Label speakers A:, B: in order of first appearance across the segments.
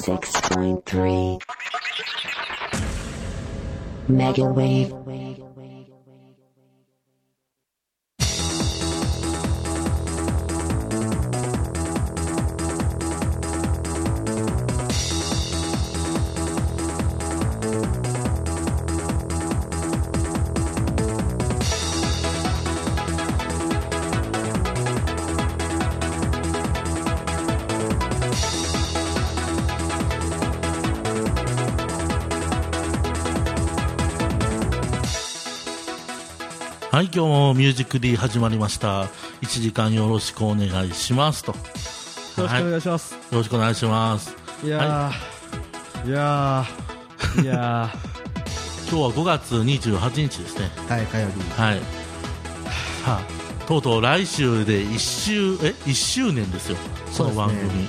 A: 96.3 Megawave
B: はい、今日もミュージック D 始まりました。1時間よろしくお願いしますと。よ
C: よろしくお願いします。
B: ろしくお願いします。
C: い、やー、い、やー、いや
B: 今日は5月28日ですね。
C: ー、 はい、火曜日。
B: はい。はあ、とうとう来週で1週、え、1周年ですよ。この番組。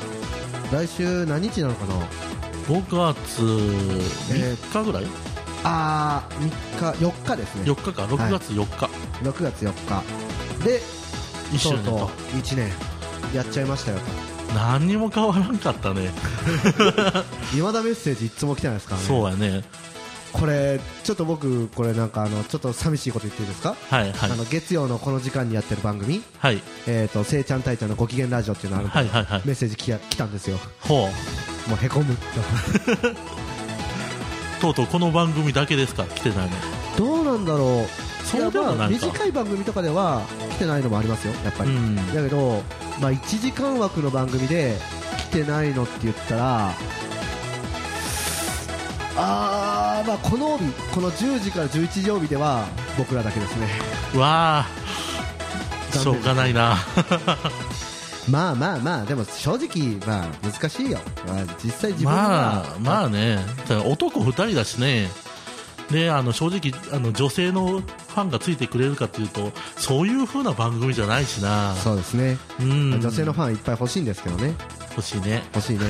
C: 来週何日なのかな
B: 5月3日ぐらい、
C: あー、3日、4日ですね。
B: ?4 日か、6月4日。
C: 6月4日。で、
B: 1周年と。
C: 1年、やっちゃいましたよと。
B: 何にも変わらんかったね。
D: いまだメッセージいつも来てないですからね
B: そうやね。
D: これちょっと僕これなんかあのちょっと寂しいこと言っていいですか、
B: はいはい
D: あ。の月曜のこの時間にやってる番組
B: はい。
D: 「えー、とせいちゃんたいちゃんのご機嫌ラジオ」っていうのあるんで、
B: はいはいはい。
D: メッセージ来や来たんですよ
B: ほう。
D: もうへこむ
B: とうとうこの番組だけですから来てないね。
D: どうなんだろう
B: そうでも
D: やま
B: な
D: あ
B: いか。
D: 短い番組とかでは来てないのもありますよやっぱ
B: う
D: り、
B: ん。
D: だけど、まあ、1時間枠の番組で来てないのって言ったらあー、まあ、この帯この10時から11時曜日では僕らだけですね
B: わあ。しょ
D: 残
B: う
D: 念
B: がないな。
D: まあまあまあでも正直まあ難しいよ、まあ、実際自分
B: ま
D: は
B: あ、まあね。男二人だしね。で、あの、正直、あの、女性のファンがついてくれるかっていうと、そういう風な番組じゃないしな。
D: そうですね、
B: うん。
D: 女性のファンいっぱい欲しいんですけどね
B: 欲しいね。
D: 欲しいね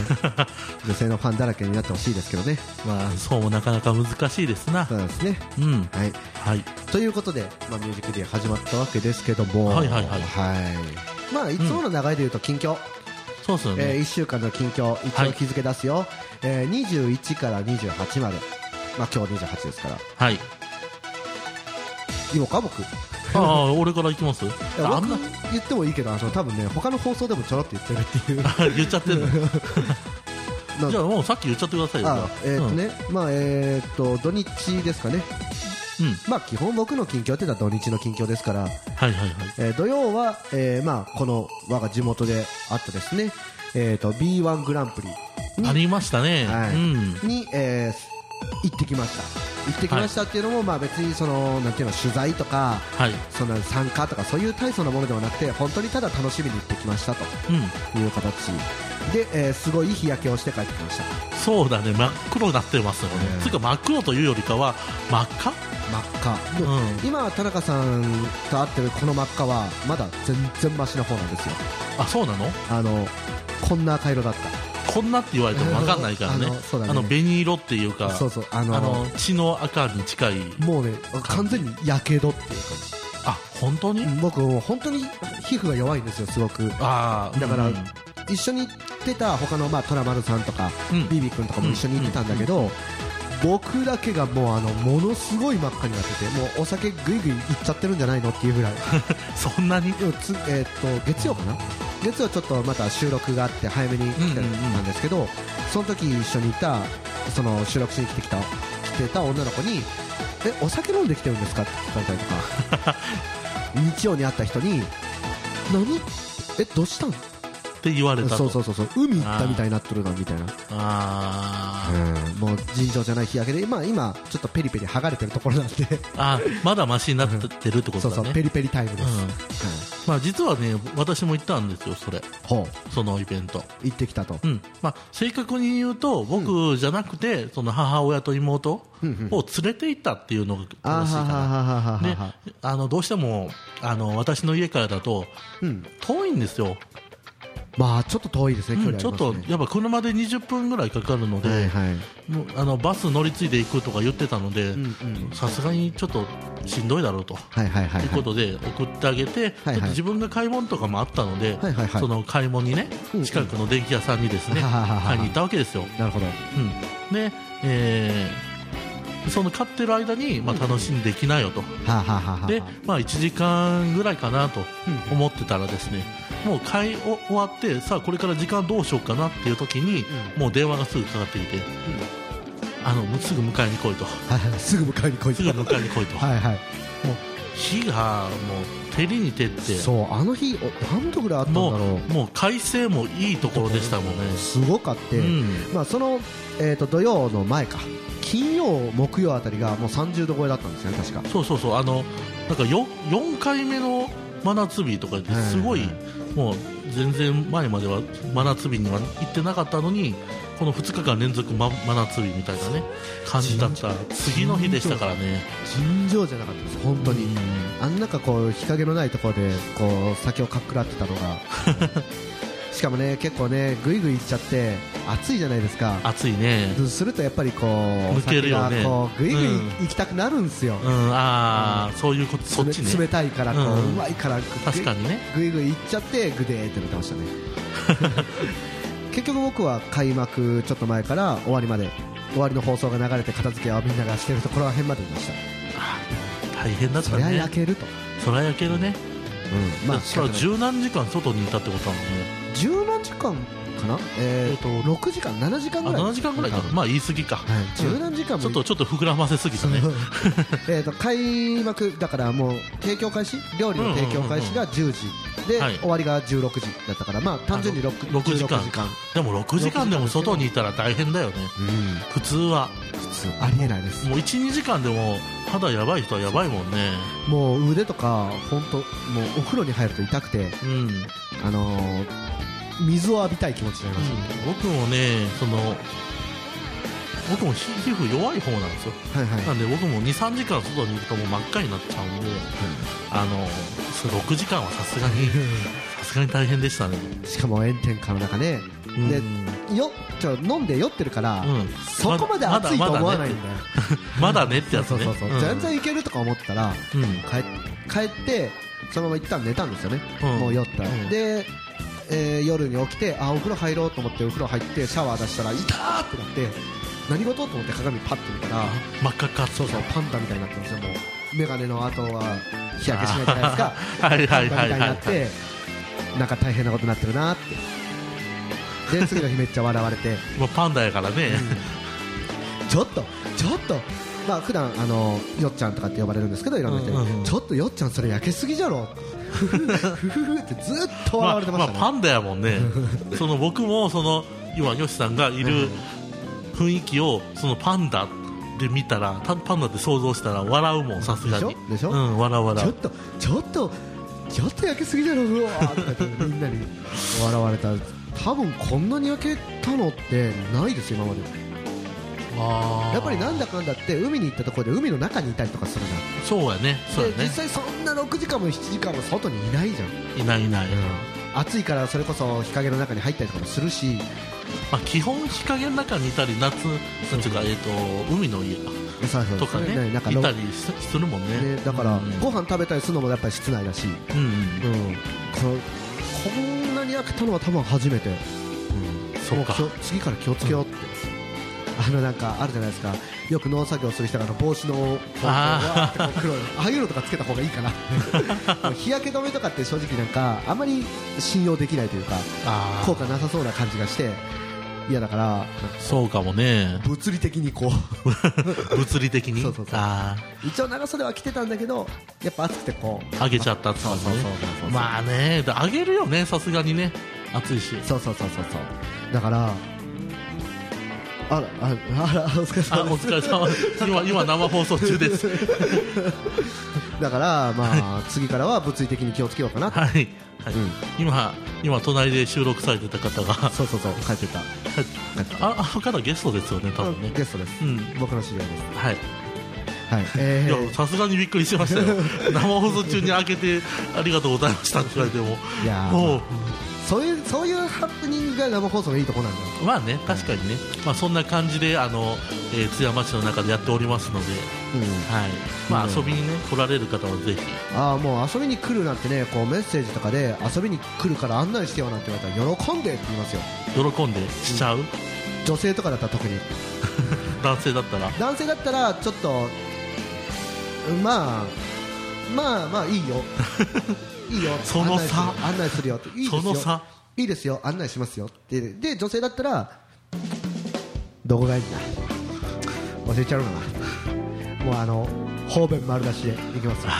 D: 女性のファンだらけになってほしいですけどね
B: まあ、そうもなかなか難しいですな
D: そ。うですね
B: うん。
D: はい
B: はい。
D: ということで、まあ、ミュージックデー始まったわけですけども
B: はいはいはい
D: はいまあいつもの流れで言うと近況、
B: そうっすよ
D: え
B: ね。
D: 1週間の近況
B: は
D: 一
B: い
D: 応日付出すよ、えー21から28までまあ今日28ですから
B: はい。
D: 今か僕
B: ああ、俺から行きますあんな、
D: 僕言ってもいいけどあの多分ね他の放送でもちょろっと言ってるっていう
B: 言っちゃって るの。
D: な
B: じゃあもうさっき言っちゃってくださいよ。
D: あえーっとね、まあえーっと土日ですかね、
B: うん
D: まあ基本僕の近況っていうのは土日の近況ですから、
B: じゃあ。はいはいはい。
D: えー土曜は、えーまあこの我が地元であったですね、えーっと B1 グランプリに
B: ありましたね。
D: はい
B: うん。
D: に、えー行ってきました。行ってきましたっていうのも、まあ別にそのなんていうの取材とか
B: はい。
D: その参加とかそういう大層なものではなくて本当にただ楽しみに行ってきましたと
B: うん。
D: いう形で、えーすごい日焼けをして帰ってきました。
B: そうだね、真っ黒になってますよね
D: う。ん
B: つうか真っ黒というよりかは、真っ赤
D: 真っ赤。で
B: うん。
D: 今田中さんと会ってるこの真っ赤はまだ全然マシな方なんですよ
B: あ、そうなの
D: あのこんな赤色だった
B: こんなって言われても分かんないからね。
D: あのそうだね
B: あの、紅色っていうか、
D: そうそうあの
B: あの、血の赤に近い。
D: もうね完全にやけどっていう感
B: あ、本当に
D: じ僕もう本当に皮膚が弱いんですよすごく
B: ああ。
D: だから
B: うん
D: 一緒に行ってた他のまあトラマルさんとか
B: うん。
D: ビビ君とかも一緒に行ってたんだけど、僕だけがもうあのものすごい真っ赤になっててもうお酒ぐいぐいいっちゃってるんじゃないのっていうぐらい
B: そんなに
D: でもつ、えー、と月曜かな月曜ちょっとまた収録があって早めに来てたんですけど、その時一緒にいたその収録しに来てきた来てた女の子にえお酒飲んできてるんですかって聞かれたりとか 日曜に会った人に何えどうしたん
B: って言われたと。
D: そうそうそうそう海行ったみたいになっとるなみたいな、
B: あ
D: うんもう尋常じゃない日焼けで、まあ、今ちょっとペリペリ剥がれてるところなんで、
B: あ。あーまだマシになってるってこと
D: そう
B: だ
D: そ
B: ね。
D: うペリペリタイムです、
B: うんまあ実はね、私も行ったんですよ、それ。
D: うんほ
B: そのイベント。
D: う行ってきたと、
B: うん。まあ正確に言うと、僕じゃなくて、その母親と妹を連れて行ったっていうのが
D: あーは
B: 正しいかな。
D: はははは
B: で
D: は、
B: あのどうしてもあの私の家からだと
D: うん
B: 遠いんですよ、
D: まあちょっと遠いですね、距
B: う
D: 離
B: ん
D: あ
B: ち
D: り
B: ょっ
D: ます
B: と
D: ね。
B: やっぱ車で20分ぐらいかかるので、
D: はいはい。
B: もうあのバス乗り継いでいくとか言ってたので
D: うんうん
B: さすがにちょっとしんどいだろうと。
D: はいはいはい
B: という
D: は
B: こ
D: い。
B: とで送ってあげて、
D: はいは
B: ちょっ
D: い
B: と自分が買い物とかもあったので、
D: はいはいはい
B: その買い物にね、
D: うんうん
B: 近くの電気屋さんにですね、
D: ははははは
B: 買いに行ったわけですよ。
D: なるほど。
B: うん、で、えーその買ってる間に、まあ、楽しんできなよと、
D: はあはあはあはあ
B: で、まあ、1時間ぐらいかなと
D: うん
B: 思ってたらですね、もう買いお終わってさあこれから時間どうしようかなっていう時に、もう電話がすぐかかってきて、あのもうすぐ迎えに来 いと
D: はいはいすぐ迎えに来い
B: すぐ迎えに来いと、
D: はいはい。
B: もう火がもう照りに照って
D: そう、あの日、お何度ぐらいあったんだ
B: も
D: ろ
B: うもう快晴もいいところでしたもんね
D: う。。すごかって。
B: うん
D: まあ、その、えー、と土曜の前か金曜、木曜あたりがもう30度超えだったんですよね、確か。
B: そうそうそうあのなんかよ4回目の真夏日とかってすごい、
D: はい
B: もう全然前までは真夏日には行ってなかったのにこの2日間連続、ま、真夏日みたいなね感じだった次の日でしたからね
D: 尋常じゃなかったです、本当に。
B: うん
D: あんなかこう日陰のないところでこう酒をかっくらってたのが しかもね結構ねぐいぐいいっちゃって暑いじゃないですか
B: 暑いね
D: するとやっぱりこう
B: 抜けるよね
D: お酒がこうぐいぐい
B: うん
D: 行きたくなるんですよ
B: う、んああそういうことそっち
D: 冷
B: ね
D: たいからこう,、
B: う
D: うんまいからぐ
B: 確かにね
D: ぐいぐい行っちゃってぐでーってなって ましたね結局僕は開幕ちょっと前から終わりまで終わりの放送が流れて片付けはみんながしてるところら辺までいました、
B: 大変だっ
D: そ
B: た
D: りゃ
B: ね
D: 焼けると、
B: そりゃ焼けるね、
D: うんまあ、
B: そら十何時間外にいたってことだもんね
D: 10何時間かな、えーと
B: えー
D: 6時間、7時間
B: あ
D: ぐらい
B: 7時間ぐらいか
D: 多分
B: まあ言い過ぎか、
D: はい、10何時間も
B: ちょっとちょっと膨らませすぎたね
D: えーと開幕、だからもう提供開始料理の提供開始が10時で、
B: はい
D: 終わりが16時だったから、まあ、単純に 6,
B: あの6時間
D: 16時間、
B: でも6時間でも外にいたら大変だよね
D: うん、
B: 普通は
D: 普通ありえないです、
B: もう12時間でも肌やばい人はやばいもんね
D: もう腕とか本当もうお風呂に入ると痛くて、
B: うん、
D: あのー、水を浴びたい気持ちになりまし
B: 僕もねその僕も皮皮膚弱い方なんですよ
D: た、はいはい
B: なんで僕も23時間外にいるともう真っ赤になっちゃうんであのそれ6時間はさすがにさすがに大変でしたね
D: しかも炎天下の中ね、
B: うん
D: でよちょ飲んで酔ってるから、
B: うん
D: そこまで暑いと思わないんだよ、
B: まだねってやつ
D: そう
B: ね
D: そうそう、
B: ん
D: 全然いけるとか思ったら
B: うん
D: 帰帰ってそのまま一旦寝たんですよね、
B: うん
D: もう酔ったら、
B: うん
D: で、えー夜に起きてあお風呂入ろうと思ってお風呂入ってシャワー出したら痛ーってなって何事と思って鏡パッて見たら
B: 真っ赤っか
D: そうそうパンダみたいになってますよもう眼鏡の後は日焼けしないじゃないです か
B: はい
D: パ
B: はい
D: ンダ
B: はい
D: みたいに
B: は
D: ないってなんか大変なことになってるなーってで次の日めっちゃ笑われて
B: まあパンダやからね、
D: ちょっと、ちょっと、まあ普段あのよっちゃんとかって呼ばれるんですけど、いろんな人に、
B: うんうんうん
D: ちょっとよっちゃん、それ焼けすぎじゃろ、ふふふふってずっと笑われてましたね、
B: あ、パンダやもん ねその僕もその今よしさんがいる雰囲気をそのパンダで見たらたパンダで想像したら笑うもんさすがに
D: でしょでしょ
B: うん笑う笑
D: ちょっ
B: う
D: と、ちょっと、ちょっと焼けすぎじゃろ、うわーとかってみんなに笑われた、多分こんなに焼けたのってないですよ、今まで、や
B: や
D: っぱりなんだかんだって、海に行ったところで海の中にいたりとかするじゃ、
B: そうやねそうんや
D: で実
B: ね
D: 際、そんな6時間も7時間も外にいないじゃん。
B: いないいない、
D: 暑いからそれこそ日陰の中に入ったりとかもするし、
B: まあ、基本日陰の中にいたり夏なんていうか、えー、と海の家
D: そうそう
B: とかね
D: なんか
B: いたりすするもんね
D: ね、だから
B: うん
D: ご飯食べたりするのもやっぱり室内だし、
B: うんうん
D: うん、ここんなに焼けたのは多分初めて、
B: そっか
D: もうきょ次から気をつけようって、あのなんかあるじゃないですかよく農作業する人があの帽子のこうわー
B: あ
D: ってこう黒いああいうのとかつけた方がいいか な日焼け止めとかって正直なんかあまり信用できないというか
B: あ
D: 効
B: あ
D: 果なさそうな感じがしていやだから
B: そうかも ね
D: 物理的にこう
B: 物理的に
D: そうそうそう
B: あ
D: 一応長袖は着てたんだけどやっぱ暑くてこう
B: あ上げちゃったってことね
D: そうそうそうそうそう
B: まあねあげるよねさすがにね暑いし
D: そうそうそうそうそうだからあらああらお疲れ
B: あ
D: 様
B: お
D: です
B: 疲れ様です今今生放送中 です
D: だからまあ次からは物理的に気をつけようかなって
B: はい、はい
D: うん
B: 今今隣で収録されてた方が
D: そうそうそう帰ってた
B: ああの方ゲストですよね多分ね
D: ゲストです
B: うん
D: 僕の知り合いです
B: はい
D: はいえ
B: い
D: ー
B: やさすがにびっくりしま したよ生放送中に開けてありがとうございましたって言われても
D: いやー
B: もう
D: そういうそういうハプニングが生放送のいいとこなんだよ
B: まあね確かにね、まあ、そんな感じであの、えー津山市の中でやっておりますので、はいまあ、
D: うん
B: 遊びに、ね、来られる方はぜひ
D: ああもう遊びに来るなんてねこうメッセージとかで遊びに来るから案内してよなんて言われたら喜んでって言いますよ
B: 喜んでしちゃう、
D: 女性とかだったら特に
B: 男性だったら
D: 男性だったらちょっとまあまあまあい いよいいよ
B: その差
D: 案内する案内するよっていいです
B: そ
D: よ
B: の差
D: いいですよ案内しますよってで女性だったらどこがいいんだ忘れちゃうのなもうあの方便丸出しでいきますよ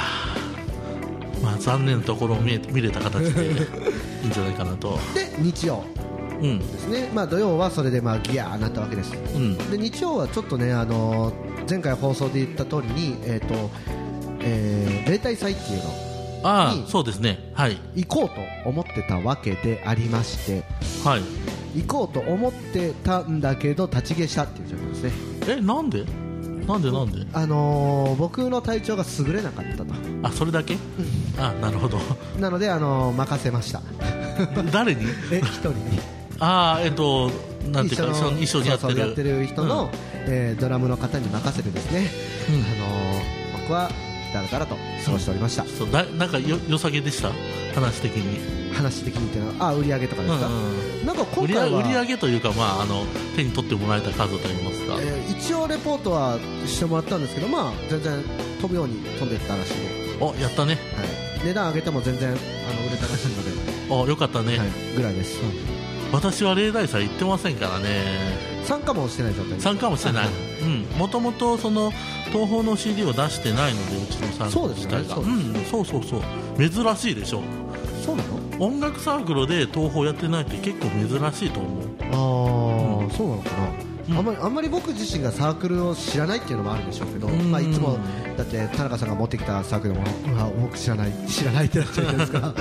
B: まあ、残念なところを見え見れた形 でいいんじゃないかなと、
D: で日曜
B: うん
D: ですねまあ土曜はそれでまあギアーなったわけです
B: うん、
D: で日曜はちょっとね、あの前回放送で言った通りに、えーとえー例大祭っていうの
B: あ
D: い
B: あ
D: い
B: そうですねはい
D: 行こうと思ってたわけでありまして
B: はい
D: 行こうと思ってたんだけど立ち消したっていう状況ですね、
B: えなんでなんでなんで
D: あのー僕の体調が優れなかったと
B: あそれだけあなるほど
D: なので、あのー任せました
B: 誰に
D: え一人に
B: ああえっとなんていうかその衣装に合って
D: そうそうやって
B: る
D: る人の、えードラムの方に任せてですね、
B: うん
D: あのー僕はだらだらと過ごしておりました、
B: そうだなんかよ良さげでした話的に、
D: 話的にっていうのはあ売り上げとか
B: う
D: で
B: ん
D: すか、なんか
B: うん、売
D: 今
B: り
D: 回は
B: 上売り上げというか、まあ、あの手に取ってもらえた数といいますか、
D: えー一応レポートはしてもらったんですけど、まあ、全然飛ぶように飛んでいったらしいで、
B: おやったね
D: はい、値段上げても全然あの売れたらしいので、
B: およかったね、
D: はい、ぐらいです、
B: 私は例題祭行ってませんからね
D: 参加もしてない状態です
B: 参加もして ない
D: は、
B: うん、もともとその東宝の CD を出してないのでうちの参加
D: そうです
B: 自
D: よね
B: 体が
D: そううです
B: んそうそうそう珍しいでしょ
D: そうなの
B: 音楽サークルで東宝やってないって結構珍しいと思う
D: ああ、そうなのか
B: うん
D: な、あんまりあんまり僕自身がサークルを知らないっていうのもあるんでしょうけど、
B: うん
D: まあ、いつもだって田中さんが持ってきたサークルも、まあ、僕知らない知らないってなっちゃうんですから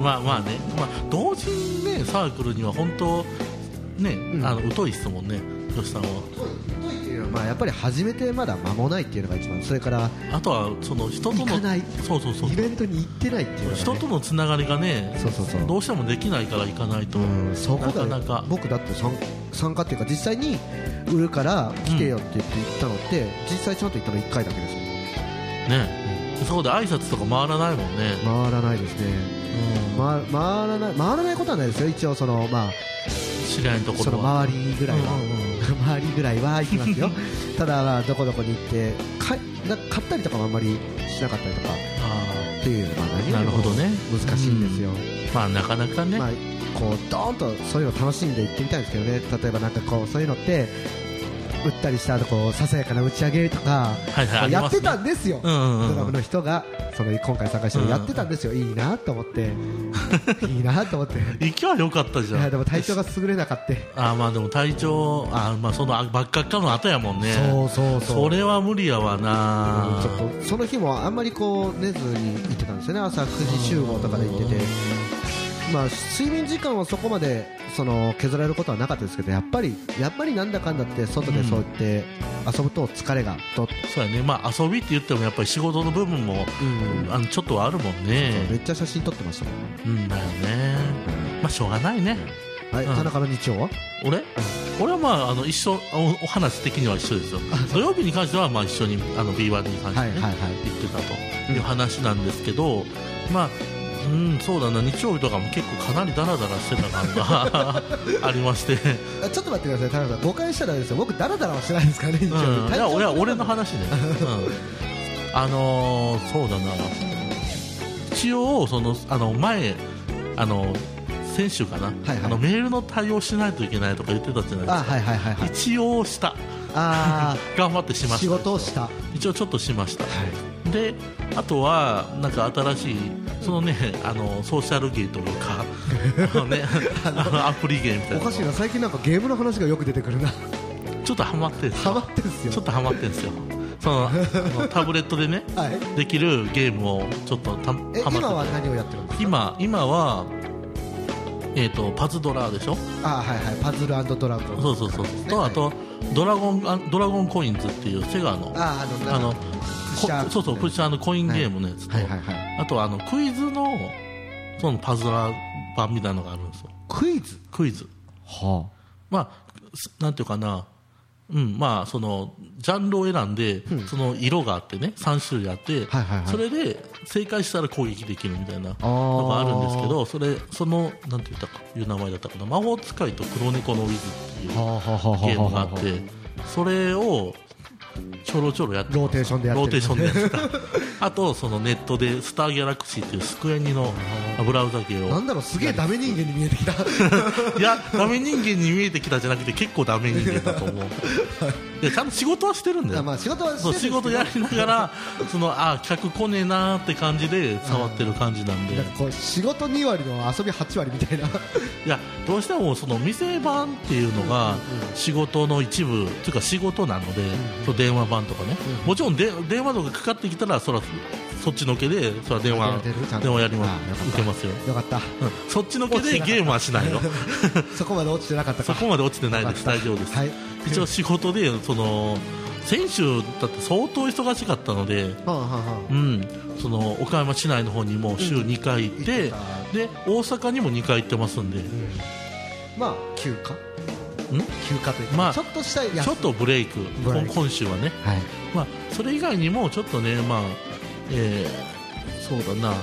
B: まあまあね、まあ、同時にねサークルには本当ね、
D: ん
B: あの疎いっすもんね吉さんは
D: というのはまあやっぱり始めてまだ間もないっていうのが一番それから
B: あとはその人との
D: 行かない
B: そうそうそう
D: イベントに行ってないっていうのが、ね、
B: 人とのつながりがね
D: そうそうそう
B: どうしてもできないから行かないと、
D: うんそこがね
B: なかなか
D: 僕だって参参加っていうか実際に売るから来てよって言って行ったのって、実際ちゃんと行ったの1回だけですよ
B: ね、そこで挨拶とか回らないもんね、
D: 回らないですね、ま、回らない回らないことはないですよ一応そのまあ
B: 知り合いのとこ
D: その
B: ろは
D: 周りぐらいは、
B: うんうん
D: 周りぐらいは行きますよ ただまあどこどこに行ってかな買ったりとかもあんまりしなかったりとかっ
B: あ
D: ていうのは何より
B: なるほど
D: も
B: ね
D: 難しいんですよ、
B: ーまあなかなかね、
D: まあ、こうドーンとそういうの楽しんでいってみたいんですけどね例えばなんかこうそういうのって打ったりした後こうささやかな打ち上げとか、
B: はいはい
D: こう
B: あり
D: や
B: ま
D: っ
B: す
D: て
B: ね
D: たんですよ、
B: うんうん
D: ドラムの人がその今回参加してるやってたんですよ、いいなと思っていいなと 思ってい
B: 行きは良かったじゃん
D: やでも体調が優れなかった、
B: あーまあでも体調あーまあそのあばっかっかの後やもんね
D: そうそうそう
B: それは無理やわな
D: ちょっとその日もあんまりこう寝ずに行ってたんですよね朝9時集合とかで行ってて、まあ、睡眠時間はそこまでその削られることはなかったですけどやっぱりやっぱりなんだかんだって外でそうやって遊ぶと疲れがと、
B: そうやねまあ遊びって言ってもやっぱり仕事の部分も
D: うん
B: あのちょっとはあるもん
D: め
B: ね
D: っちゃ写真撮ってましたもん、
B: うんだよねまあしょうがないね
D: はい、
B: うん
D: 田中の日曜は
B: 俺俺はまああの一緒おお話的には一緒ですよ土曜日に関してはまあ一緒にあの B1 に関してね、
D: はいはいは
B: 行っ
D: い
B: てたという話なんですけど、まあうん、そうだな日曜日とかも結構かなりダラダラしてた感が ありまして、
D: あちょっと待ってください田中さん誤解したらですよ僕ダラダラはしてないですからね日
B: う
D: 曜
B: んい
D: 日、体
B: や
D: 調
B: 俺は俺の話ね、うん、あのーそうだな一応そのあの前あの先週かな、
D: はいはい
B: あのメールの対応しないといけないとか言ってたじゃないですか、
D: あはいはいはいはい
B: 一応した
D: あ
B: 頑張ってしま
D: あ
B: した
D: 仕事をした
B: 一応ちょっとしました、であとはなんか新しいそのねあのソーシャルゲーという かあのねあのアプリゲーみたいな
D: お
B: の
D: かしいな最近なんかゲームの話がよく出てくるな
B: ちょっとハマってるんです
D: ハ
B: よ
D: マってんすよ
B: ちょっとハマってるんですよそのあのタブレットでね
D: はい
B: できるゲームをちょっとたハマって
D: え
B: て
D: 今は何をやってるんですか
B: 今今はえっ、とパズドラでしょ
D: あはいはいパズルドラゴン
B: そうそうそうと
D: はい
B: あとドラゴンあドラゴンコインズっていうセガの
D: ああの
B: あの
D: プッシャー
B: こそうそうプッシャーのコインゲームのやつと、
D: はいはいはい
B: あとはあのクイズのそのパズドラ版みたいなのがあるんですよ
D: クイズ
B: クイズ
D: は
B: まあすなんていうかなうんまあそのジャンルを選んで、その色があってね3種類あって、
D: はいはいはい
B: それで正解したら攻撃できるみたいな
D: あ
B: のがあるん
D: ー
B: ですけどそれそのなんて言ったかいう名前だったかな魔法使いと黒猫のウィズっていう
D: あはあはあはあはあ
B: ゲームがあってそれをちょろちょろやってます
D: ローテーションでやってる
B: ローテーションでやってた あとそのネットで「スター・ギャラクシー」っていうスクエニのブラウザ系を
D: なんだろうすげえダメ人間に見えてきた
B: いやダメ人間に見えてきたじゃなくて結構ダメ人間だと思う いやちゃんと仕事はしてるんだよ、
D: まあ仕事は
B: そう
D: して
B: 仕
D: るんで
B: 事
D: すけど
B: やりながらそのあ客来ねえなーって感じで触ってる感じなんで、
D: なん
B: い
D: かこう仕事2割の遊び8割みたいな
B: やどうしてもその店番っていうのが仕事の一部というか仕事なので、その電話番とかね、もちろんで電話とかかかってきたらそらそっちのけでそら電話
D: 出る出るちゃんと
B: 電話やりま
D: あよ
B: す
D: かった
B: 受けますよ、
D: よかった
B: うんそっちのけでゲームはしないよ
D: そこまで落ちてなかった
B: そ
D: か
B: こまで落ちてないです
D: よかっ
B: 大
D: た
B: 丈夫です、
D: はい
B: 一応仕事でその先週だって相当忙しかったので、
D: はあはあは
B: うん、その岡山市内の方にも週2回行って,、
D: 行って
B: で大阪にも2回行ってますんで、
D: あまあ休暇休暇というか、
B: まあ
D: ちょっとしたや
B: ちょっとブレイク
D: ブレイク
B: こ今週はね、
D: はい
B: まあ、それ以外にもちょっとね、まあえーそうだな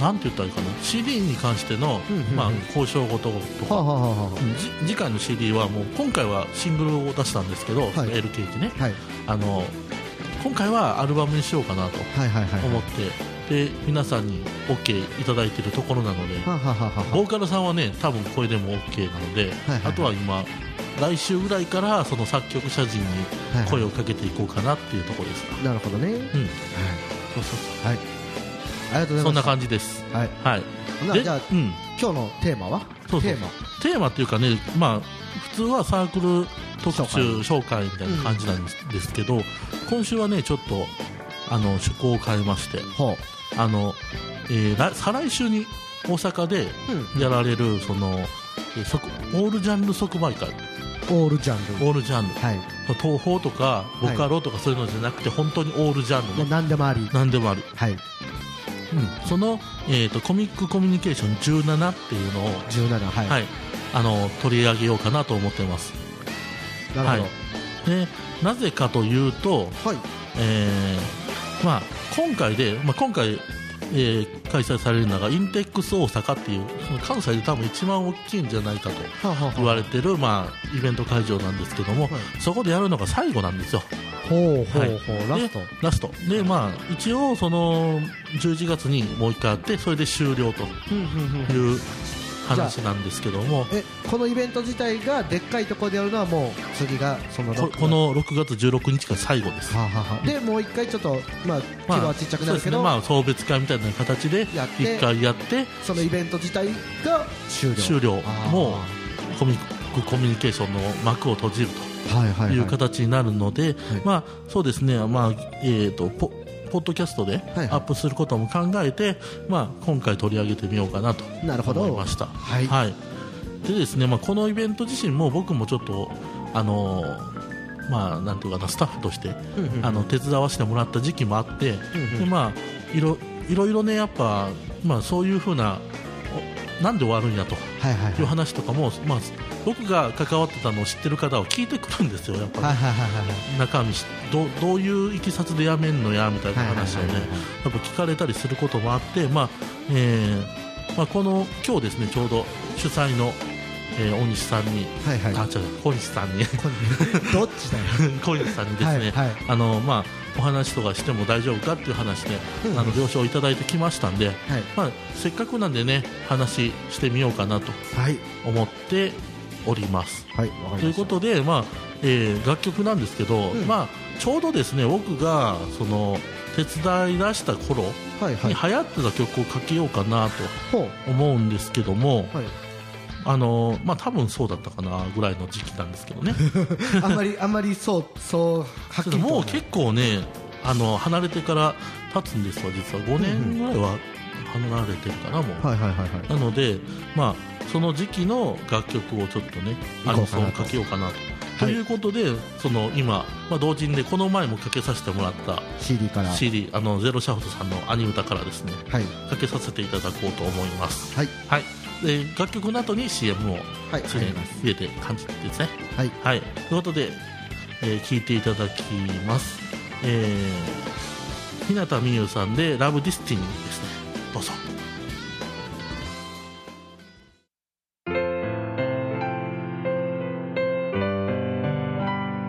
B: なんて言ったらいいかな CD に関しての、
D: うんうんうん
B: まあ、交渉事と
D: はあ
B: か、
D: はあはあ
B: う
D: は
B: んじ次回の CD はもう今回はシングルを出したんですけど、
D: はい
B: L ケーキね
D: あはい
B: あの今回はアルバムにしようかなと
D: はいはいはい
B: 思って、で皆さんに OK いただいてるところなので、
D: はあはあはあはあ
B: ボーカルさんはね多分これでも OK なので、
D: はいはい
B: あとは今来週ぐらいからその作曲者陣に声をかけていこうかなっていうところですか、
D: なるほどね、はい、
B: うんそうそうそ
D: はい、ありがとう
B: う
D: ご
B: そ
D: ざい
B: んな
D: ます
B: 感じです
D: はい
B: はい
D: ほな
B: で
D: じゃあ
B: うん、
D: 今日のテーマは
B: そうそう
D: テーマ
B: テーマっていうかねまあ普通はサークル特集紹介みたいな感じなんですけど、今週はねちょっとあの趣向を変えまして
D: ほ
B: あの、えー来再来週に大阪で
D: う、
B: やられるその、えー即オールジャンル即売会
D: オールジャンル
B: オールジャンル
D: はい
B: 東宝とかボカロとかそういうのじゃなくて本当にオールジャン
D: も
B: ル
D: う
B: ね
D: 何でもあり
B: 何でもある、
D: はい
B: その、えー、とコミックコミュニケーション17っていうのを、
D: 17はい、
B: はい、あの取り上げようかなと思ってます
D: なるほど
B: はいでなぜかというと、
D: はい、
B: えーまあ、今回で、まあ、今回、えー開催されるのがインテックス大阪っていうその関西で多分一番大きいんじゃないかと
D: はあはあはあ
B: 言われてる、まあ、イベント会場なんですけども、そこでやるのが最後なんですよ
D: ほうほうほう、
B: は
D: ラ
B: い
D: スト
B: でラストでまあ一応その11月にもう一回あってそれで終了という話なんですけども
D: えこのイベント自体がでっかいところでやるのはもう次がその
B: こ
D: 六
B: この6月16日が最後です
D: はあはあはあでもう一回ちょっとまあ規模はちっちゃく
B: そ
D: な
B: う
D: る
B: です
D: け
B: ね
D: ど、
B: まあ送別会みたいな形で
D: やって
B: 一回やって
D: そのイベント自体が終了
B: 終了
D: あー
B: もコミックコミュニケーションの幕を閉じる
D: はいはい
B: と
D: はい
B: いう形になるので、
D: い
B: まあそうですねまあえっ、とポポッドキャストで
D: はい
B: アップすることも考えて、まあ、今回取り上げてみようかなと
D: なるほど
B: 思いました。
D: はい
B: でですね、まあ、このイベント自身も僕もちょっと、あのーまあ、なんていうかなスタッフとして、
D: うんうん
B: あの手伝わせてもらった時期もあって、でまあ、いろいろいろねやっぱ、まあ、そういうふうなおなんで終わるんやと
D: はいはいはいいう
B: 話とかも、まあ、僕が関わってたのを知ってる方は聞いてくるんですよやっぱり、
D: はいはいはいはい
B: 中身しどうどういういきさつでやめんのやみたいな話をね
D: はいはいはいはい
B: やっぱ聞かれたりすることもあって、まあえーまあ、この今日ですねちょうど主催の、えー、大西さんに、
D: はいはい
B: あ違う小西さんに
D: こん どっちだよ
B: 小西さんにですね、
D: はいはい
B: あのまあ、お話とかしても大丈夫かっていう話で、
D: うんうん
B: あの了承いただいてきましたんで、
D: はい
B: まあ、せっかくなんでね話してみようかなと
D: はい
B: 思っております。
D: はいわか
B: と
D: り
B: い
D: ま
B: う
D: し
B: ことで、まあえー楽曲なんですけど、
D: ん
B: まあ、ちょうどですね僕がその手伝い出した頃
D: たはいは
B: に
D: い
B: 流行ってた曲をかけようかなと
D: ほう
B: 思うんですけども、
D: はい
B: あのーまあ、多分そうだったかなぐらいの時期なんですけどね
D: あんまりあん まりそうそうはっきりとは
B: もう結構ねあの離れてから経つんですわ実は5年ぐらいは離れてるかなもう、
D: はいはいはいはい
B: なので、まあ、その時期の楽曲をちょっとねアニソンをかけようかなと。と
D: はい
B: いうことで、その今、まあ、同時にねこの前もかけさせてもらった
D: CD から
B: CD「あのゼロシャフトさんのアニ歌からですね
D: はい
B: かけさせていただこうと思います。
D: はい
B: はい、えー楽曲の後に CM を
D: はい
B: ついに入れて感じですね
D: はい
B: はいということで聴、えー聞いていただきますえー、日向美優さんで「ラブディスティニーですねどうぞ
E: 「会いたい会いたい会いたいのに会えない会い会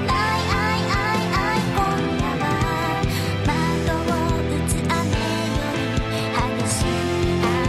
E: い会い会い今夜は窓を打つ雨より」「話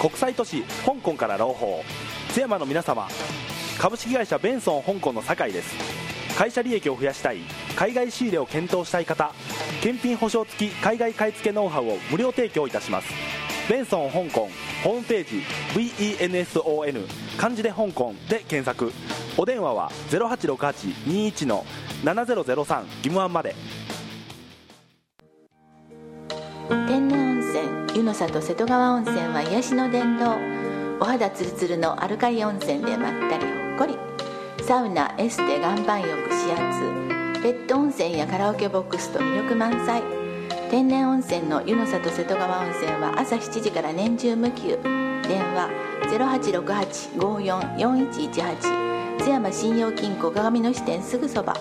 F: 国際都市香港から朗報津山の皆様株式会社ベンソン香港の酒井です会社利益を増やしたい海外仕入れを検討したい方検品保証付き海外買い付けノウハウを無料提供いたしますベンソン香港ホームページ VENSON 漢字で香港で検索お電話は086821の7003義務案まで
G: 天然温泉湯の里瀬戸川温泉は癒しの殿堂お肌ツルツルのアルカリ温泉でまったりほっこりサウナエステ岩盤浴指圧ペット温泉やカラオケボックスと魅力満載天然温泉の湯の里瀬戸川温泉は朝7時から年中無休電話0868544118津山信用金庫鏡の支店すぐそば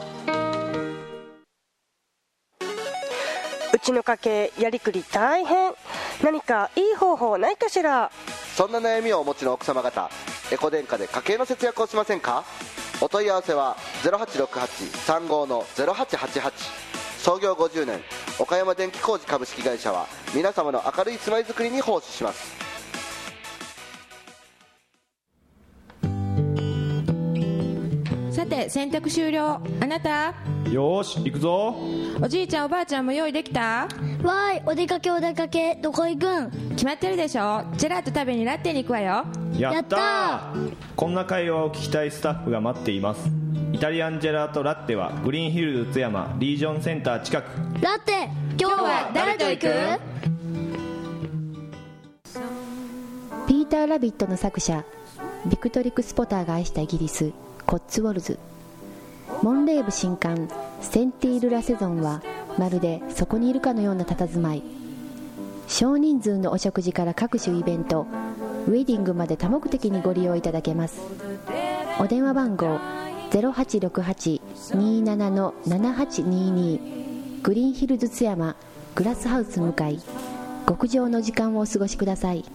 H: うちの家計やりくり大変何かいい方法ないかしら
I: そんな悩みをお持ちの奥様方エコ電化で家計の節約をしませんかお問い合わせは0868-35-0888創業50年岡山電気工事株式会社は皆様の明るい住まいづくりに奉仕します
J: さて洗濯終了あなた
K: よし行くぞ
J: おじいちゃんおばあちゃんも用意できた
L: わーいお出かけお出かけどこ行くん
J: 決まってるでしょジェラート食べにラッテに行くわよ
K: やったこんな会話を聞きたいスタッフが待っていますイタリアンジェラートラッテはグリーンヒルズ津山リージョンセンター近く
L: ラッテ今日は誰と行く
M: ピーター・ラビットの作者ビクトリック・スポターが愛したイギリスコッツウォルズモンレーブ新刊「センティール・ラセゾン」はまるでそこにいるかのような佇まい少人数のお食事から各種イベントウェディングまで多目的にご利用いただけますお電話番号0868-27-7822グリーンヒルズ津山グラスハウス向かい極上の時間をお過ごしください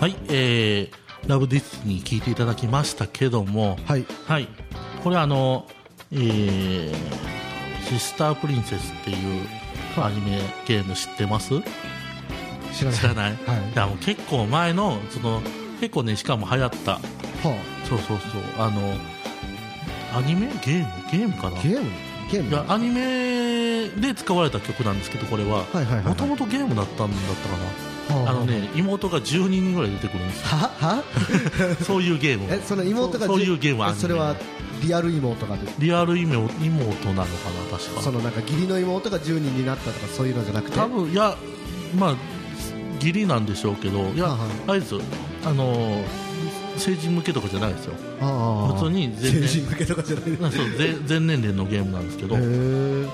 B: はい、えー、ラブディスに聞いていただきましたけども、
D: はい、
B: はい、これあの、えー、シスタープリンセスっていうアニメゲーム知ってます
D: 知らない
B: 知らない、はい、いやもう結構前のその結構ねしかも流行った、は
D: あ、
B: そうそうそうあのアニメゲームゲームかな
D: ゲームゲーム
B: いやアニメで使われた曲なんですけどこれはもともとゲームだったんだったかなあのね、妹が12人ぐらい出てくるんですよ。
D: はは
B: そういうゲーム。
D: え、その妹が
B: そういうゲームある
D: それはリアル妹が
B: リアル妹妹なのかな、確か。
D: そのなんか義理の妹が10人になったとかそういうのじゃなくて。
B: 多分いや、まあ、義理なんでしょうけど、いや、はあれですよ、あのー、成人向けとかじゃないですよ。
D: 普
B: 通に
D: 全成人向けとかじゃない
B: なそう全年齢のゲームなんですけど、うん、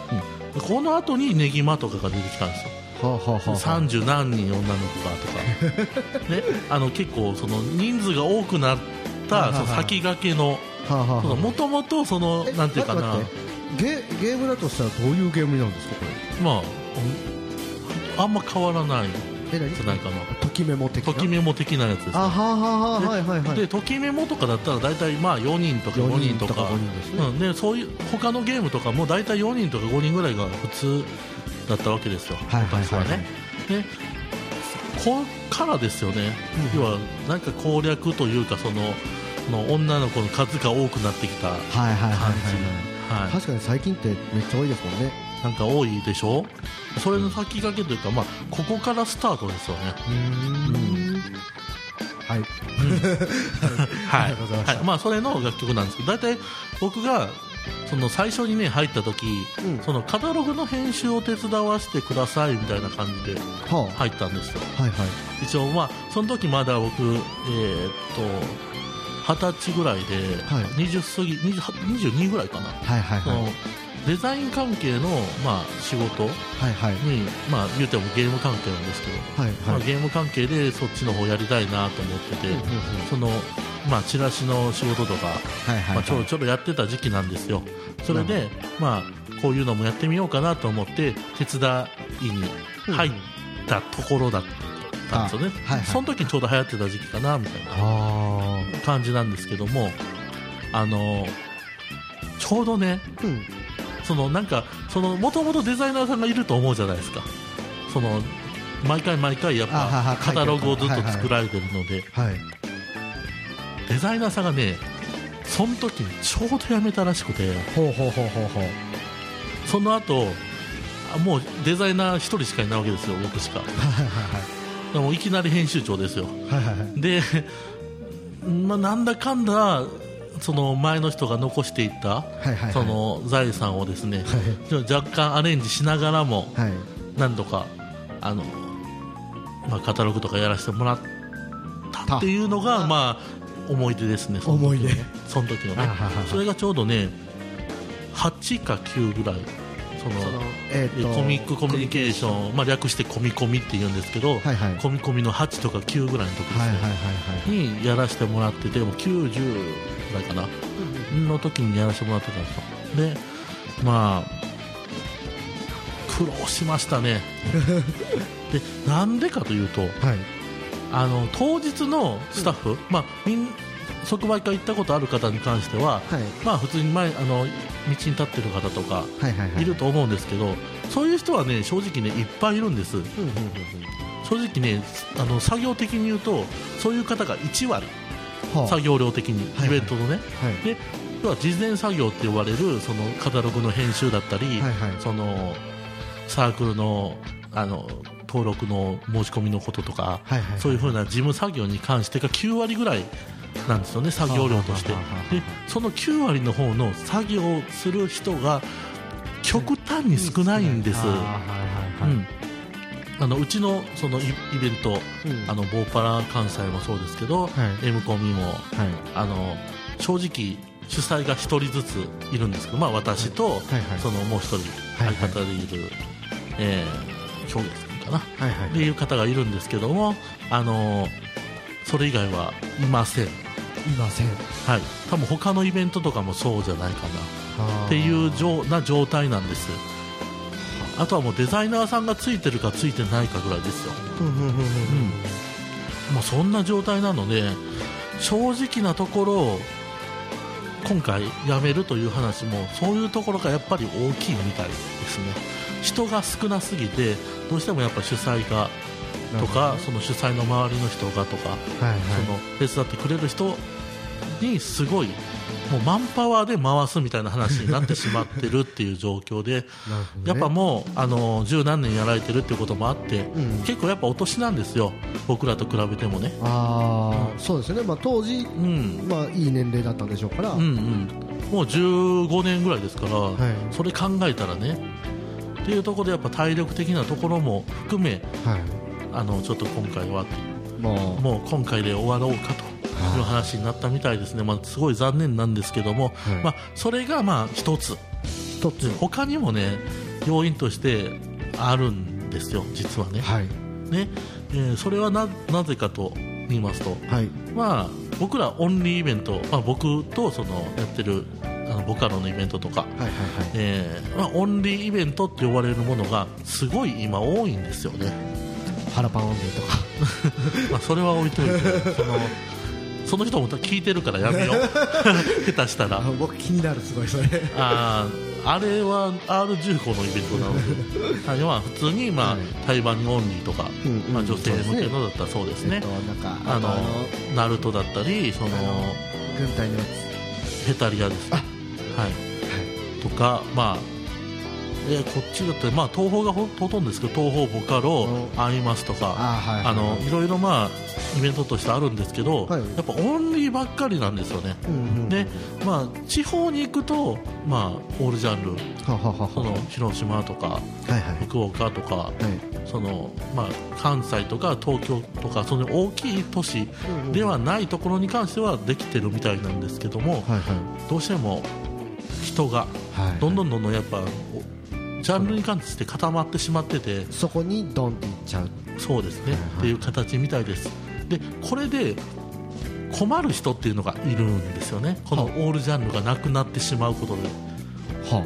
B: この後にねぎまとかが出てきたんですよ。
D: はあはあはあ、
B: 30何人女の子がと か、ね、あの結構その人数が多くなったその先駆けのもともとそのなんていうかな
D: ゲゲームだとしたらどういうゲームなんですかこ
B: れまああんま変わらない
D: え何
B: じゃないかな
D: ときメモ的
B: なときメモ的なやつです、ね、
D: あははははいはいはい
B: でときメモとかだったら大体まあ4人とか5人とか、
D: 人とか、ね、うん
B: でそういう他のゲームとかも大体4人とか5人ぐらいが普通だったわけですよ、昔はね。でこからですよね、うん、要はなんか攻略というかそのの女の子の数が多くなってきた感じ、はいはい
D: はいはい、確かに最近ってめっちゃ多いですもんね
B: なんか多いでしょそれの先駆けというか、まあ、ここからスタートですよね
D: はい、
B: はい、まあそれの楽曲なんですけど大体僕がその最初にね入った時、うん、そのカタログの編集を手伝わせてくださいみたいな感じで入ったんですよ、
D: はいはい、
B: 一応まあその時まだ僕えー、っと二十歳ぐらいで、はい、20過ぎ22ぐらいかな、
D: はいはいはい、
B: デザイン関係の、まあ、仕事に、
D: はいはい
B: まあ、言うてもゲーム関係なんですけど、
D: はいはいまあ、
B: ゲーム関係でそっちの方やりたいなと思ってて、そのまあ、チラシの仕事とか、まあ、ちょろちょろやってた時期なんですよ、それで、まあ、こういうのもやってみようかなと思って手伝いに入ったところだった。たんですよね、はいはい、その時にちょうど流行ってた時期かなみたいな感じなんですけどもあのちょうどね、うん、そのなんかそのもともとデザイナーさんがいると思うじゃないですかその毎回毎回やっぱカタログをずっと作られてるので、はいはい、デザイナーさんがねその時にちょうど辞めたらしくてほうほうほうほうほうその後もうデザイナー1人しかいないわけですよ僕しかでもいきなり編集長ですよで、まあ、なんだかんだその前の人が残していったその財産をですね、若干アレンジしながらも何度かあのまあカタログとかやらせてもらったっていうのがまあ思い出ですねその時のねその時のねそれがちょうどね8か9ぐらいそのコミックコミュニケーションまあ略してコミコミって言うんですけどコミコミの8とか9ぐらいの時ですねにやらせてもらってても90ぐらいかな、の時にやらせてもらってたんですよでまあ苦労しましたねでなんでかというと、はい、あの当日のスタッフ、うん、まあみん即売会行ったことある方に関しては、はい、まあ普通に前あの道に立ってる方とかいると思うんですけど、そういう人はね正直ねいっぱいいるんです、正直ねあの作業的に言うとそういう方が1割、作業量的に、イベントのね、で要は事前作業って呼ばれるそのカタログの編集だったり、そのサークルのあの登録の申し込みのこととか、そういうふうな事務作業に関してが9割ぐらいなんですよね、作業量として。でその9割の方の作業をする人が極端に少ないんです。うんあのうちのそのイベント、うん、あのボーパラ関西もそうですけど、はい、M コミも、はい、あの正直主催が1人ずついるんですけど、まあ、私と、そのもう1人相方でいる、はいはい、えー、表現かな、はいはい、っていう方がいるんですけどもあのそれ以外はいませんい
D: ません、
B: はい、多分他のイベントとかもそうじゃないかなっていう状な状態なんですあとはもうデザイナーさんがついてるかついてないかぐらいですよ、うん、もうそんな状態なので正直なところ今回辞めるという話もそういうところがやっぱり大きいみたいですね人が少なすぎてどうしてもやっぱ主催がとか、その主催の周りの人がとか、はいはい、その手伝ってくれる人にすごいもうマンパワーで回すみたいな話になってしまってるっていう状況で、ね、やっぱもうあの十何年やられてるっていうこともあって、うん、結構やっぱお年なんですよ僕らと比べてもね、
D: あ、うん、そうですね、まあ、当時、うん、まあ、いい年齢だったんでしょうから、うんうん
B: もう15年ぐらいですから、はい、それ考えたらねっていうところでやっぱ体力的なところも含め、はい、あのちょっと今回はもうもう今回で終わろうかと。の話になったみたいですね、まあ、すごい残念なんですけども、はい、まあ、それがまあ一つ
D: 一つ
B: 他にもね要因としてあるんですよ実はね,はい、ねえー、それはなぜかと言いますと、はい、まあ、僕らオンリーイベント、まあ、僕とそのやってるあのボカロのイベントとか、えー、まあ、オンリーイベントって呼ばれるものがすごい今多いんですよね
D: 腹パンオンリーとか
B: まあそれは置いといてそのその人も聞いてるからやめよう下手したら
D: 僕気になるすごいそれ
B: ああれは R15 のイベントなのであれは普通に、まあ、台湾オンリーとか、まあ、女性向けのだったらそうですねあのナルトだったりその
D: 軍隊のや
B: つヘタリアですねはい、とかまあえこっちだってまあ、東宝がほとんどですけど東宝ボカロアイマスとかあのいろいろまあイベントとしてあるんですけど、はい、やっぱオンリーばっかりなんですよね、でまあ地方に行くとまあオールジャンルその広島とか、福岡とか、はい、そのまあ関西とか東京とかその大きい都市ではないところに関してはできてるみたいなんですけども、はいはい、どうしても人がどんどんどんどんやっぱジャンルに関して固まってしまってて
D: そこにドンっていっちゃう
B: そうですね、はいはい、っていう形みたいですでこれで困る人っていうのがいるんですよねこのオールジャンルがなくなってしまうことでは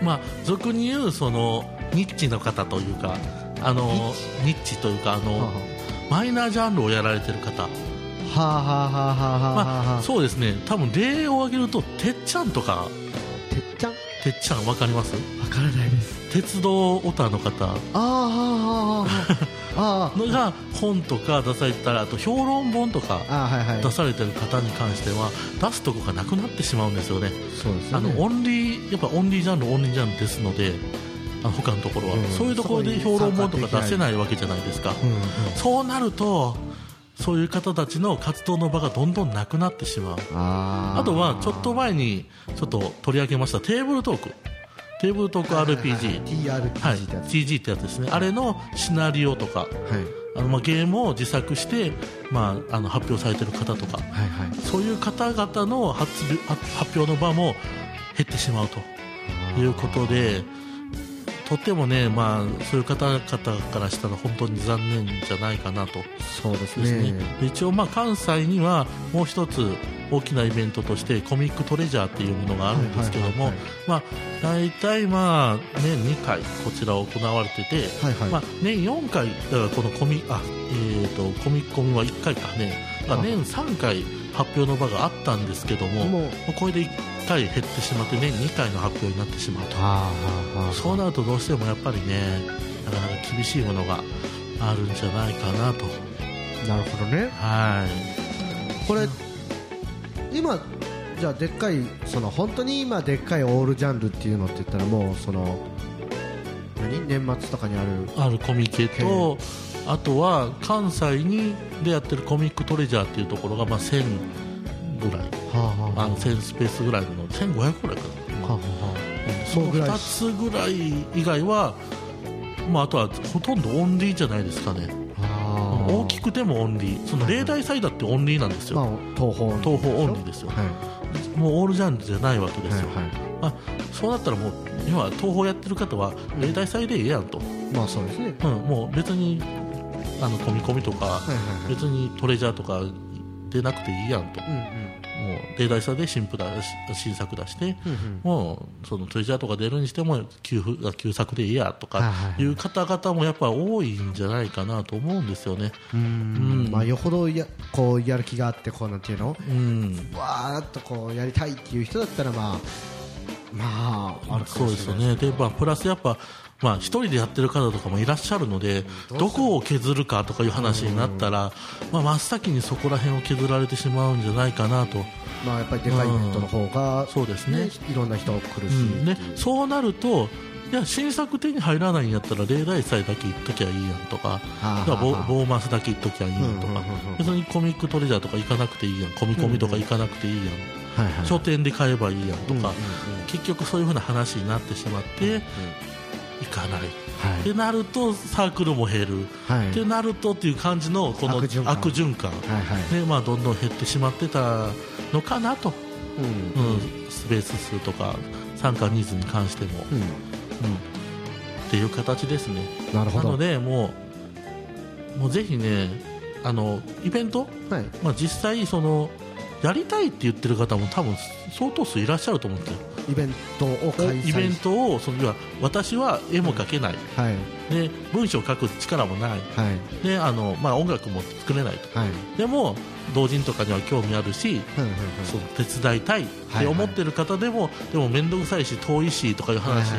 B: あ、まあ俗に言うそのニッチの方というかあのニッチというかあの、はあマイナージャンルをやられてる方
D: はあはあはあはあはあ、
B: まあ、そうですね多分例を挙げるとてっちゃんとか
D: てっちゃん
B: てっちゃんわかります
D: わからないです
B: 鉄道オタの方あ
D: あはあはあはあ
B: のが本とか出されたらあと評論本とか出されてる方に関しては出すとこがなくなってしまうんですよね
D: そうですね
B: あのオンリーやっぱオンリージャンルオンリージャンルですのであ他のところは、うん、そういうところで評論本とか出せないわけじゃないですか、うんうん、そうなるとそういう方たちの活動の場がどんどんなくなってしまうあとはちょっと前にちょっと取り上げましたテーブルトークテーブルトーク RPG、
D: はいはい、TRPG、
B: はい、TG ってやつですねあれのシナリオとか、はい、あのまあゲームを自作して、まあ、あの発表されてる方とか、
D: はいはい、
B: そういう方々の発発表の場も減ってしまうということで。とてもね、まあ、そういう方々からしたら本当に残念じゃないかなと
D: そうですね、ね、
B: 一応、まあ、関西にはもう一つ大きなイベントとしてコミックトレジャーっていうものがあるんですけども大体、まあ、年2回こちら行われてて、
D: はいはい、
B: まあ、年4回このコミあ、えーと、とコミコミは1回かね、まあ、年3回発表の場があったんですけどももうこれで回減ってしまって年2回の発表になってしまうとそうなるとどうしてもやっぱりねなかなか厳しいものがあるんじゃないかなと
D: なるほどね
B: はい
D: これ今じゃあでっかいその本当に今でっかいオールジャンルっていうのって言ったらもうその何年末とかにある
B: あるコミケとあとは関西にでやってるコミックトレジャーっていうところがまあ1000ぐらいあの1000スペースぐらいの1500ぐらいかな、はあはあ、その2つぐらい以外は、まあ、あとはほとんどオンリーじゃないですかね、
D: は
B: あ、大きくてもオンリーその例題祭だってオンリーなんですよ、
D: まあ、東宝
B: 東宝オンリーですよ、、
D: はい
B: もうオールジャンルじゃないわけですよ、
D: はいはい、
B: まあ、そうなったらもう要は東宝やってる方は例題祭でええやんと、
D: まあそうですね、
B: うん、もう別にあの込み込みとか、はい
D: はいはい、
B: 別にトレジャーとか出なくていいやんと、
D: うんうん
B: もう例題差で新譜だ新作出して、
D: うんうん、
B: もうそのトレジャーとか出るにしても旧旧作でいいやとかいう方々もやっぱ多いんじゃないかなと思うんですよね。
D: うん、まあ、よほどやこうやる気があってこうなんていうの、
B: うん、
D: わーっとこうやりたいっていう人だったらまあまああるか
B: もしれないですね。でまあ、プラスやっぱまあ、1人でやってる方とかもいらっしゃるのでどこを削るかとかいう話になったら、まあ、真っ先にそこら辺を削られてしまうんじゃないかなと。
D: まあ、やっぱりでかいイベントの方が、
B: うん、そうですね
D: いろんな人来るし、
B: うん、ね、そうなるといや新作手に入らないんやったら例題祭だけ言っときゃいいやんとかボーマスだけ言っときゃいいやんとか、別にコミックトレジャーとか行かなくていいやんコミコミとか行かなくていいやん、
D: はいはい、
B: 書店で買えばいいやんとか、うんうんうん、結局そういうふうな話になってしまって。うんうん行かない、
D: はい、
B: ってなるとサークルも減る、
D: はい、
B: ってなるとっていう感じのこの悪循環
D: で、はいはい
B: ね、まあ、どんどん減ってしまってたのかなと、、
D: うん、うん
B: スペース数とか参加ニーズに関しても、
D: うん、うん、
B: っていう形ですね
D: なるほど
B: のでもうもうぜひねあのイベント、
D: はい、
B: まあ、実際そのやりたいって言ってる方も多分相当数いらっしゃると思うんですよ
D: イベントを開
B: イベントをそのは私は絵も描けない、
D: はい、
B: で文章を書く力もない、、
D: はい
B: であのまあ、音楽も作れないと、
D: はい、
B: でも同人とかには興味あるし、
D: はいはいはい、
B: その手伝いたいって思ってる方でも、はいはい、でも面倒くさいし遠いしとかいう話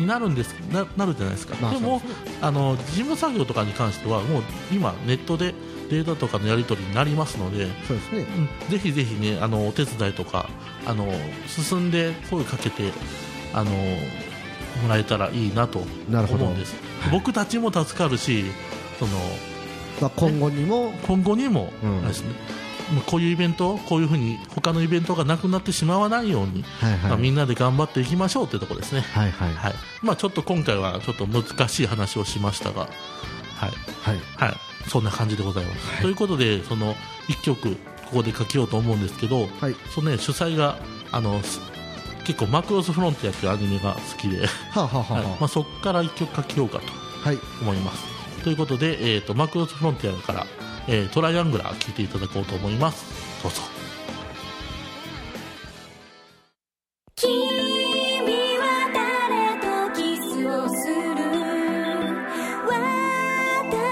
B: になるんです、ななるじゃないですか、
D: まあ、
B: でもあの事務作業とかに関してはもう今ネットでデータとかのやり取りになりますので
D: そうですね、ね
B: うん、ぜひぜひ、ね、あのお手伝いとかあの進んで声かけてあのもらえたらいいなと思うんです、はい、僕たちも助かるしその、
D: まあ、今後にも、ね、
B: 今後にも、うんですね、こういうイベントこういうふうに他のイベントがなくなってしまわないように、
D: はいはい、
B: まあ、みんなで頑張っていきましょうというところですね、
D: はいはい
B: はいまあ、ちょっと今回はちょっと難しい話をしましたが。はい、
D: はい、
B: はいそんな感じでございます。はい、ということで、その1曲、ここで書きようと思うんですけど、
D: はい、
B: そのね、主催が、あの、結構マクロスフロンティアっていうアニメが好きで、
D: はあはあ はあはい、ま
B: あ、そこから1曲書きようかと思います。ということで、えーと、マクロスフロンティアから、えー、トライアングラー聴いていただこうと思います。どうぞ。
E: 「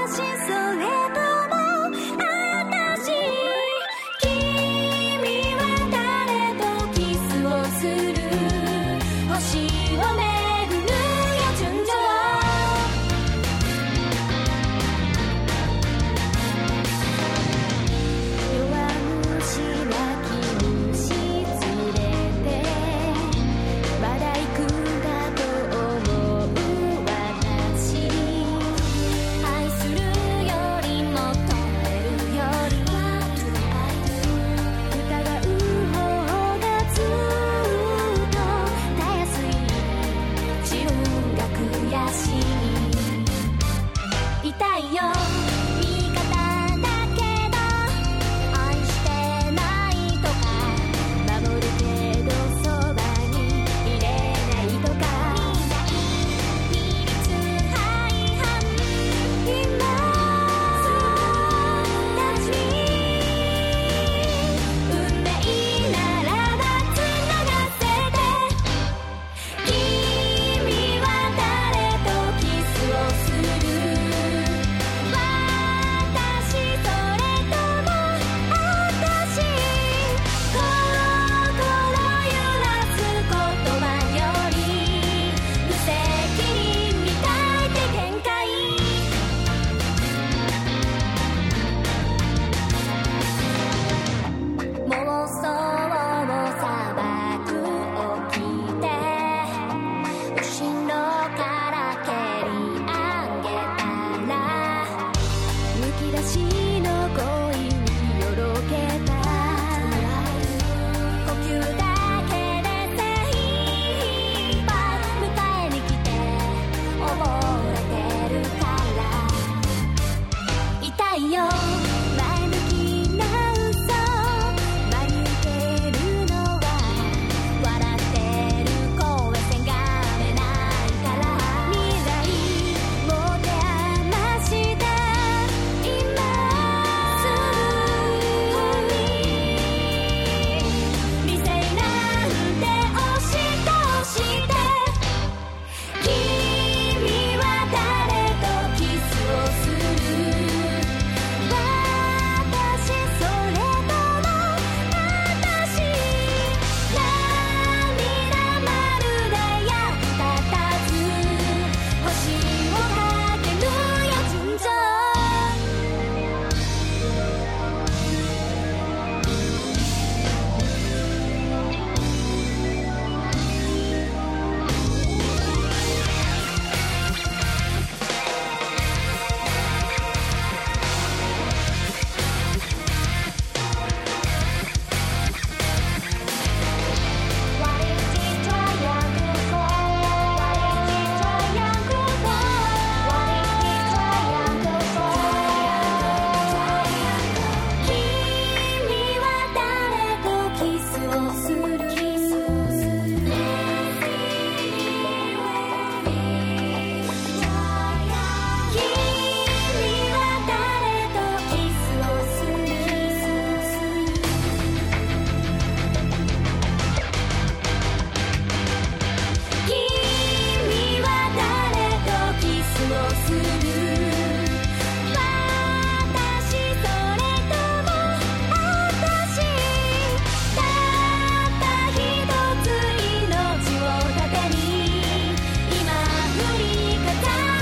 E: 私それとも」い出しの恋によろけた呼吸だけで精一杯迎えに来て溺れてるから痛いよ前向きな嘘真に受けるのは笑ってる声せがめないから未来もてあました今すぐに理性なんて押し通して君は誰とキスをする「私それとも私」「涙まるで役立たず」「星を駆けるよ純情」「君は誰とキスをする」「キスをする」「君は誰とキスをする」「キスをする」「君は誰とキスをする」「私それとも私」「たったひとつ命を盾に」「今振りか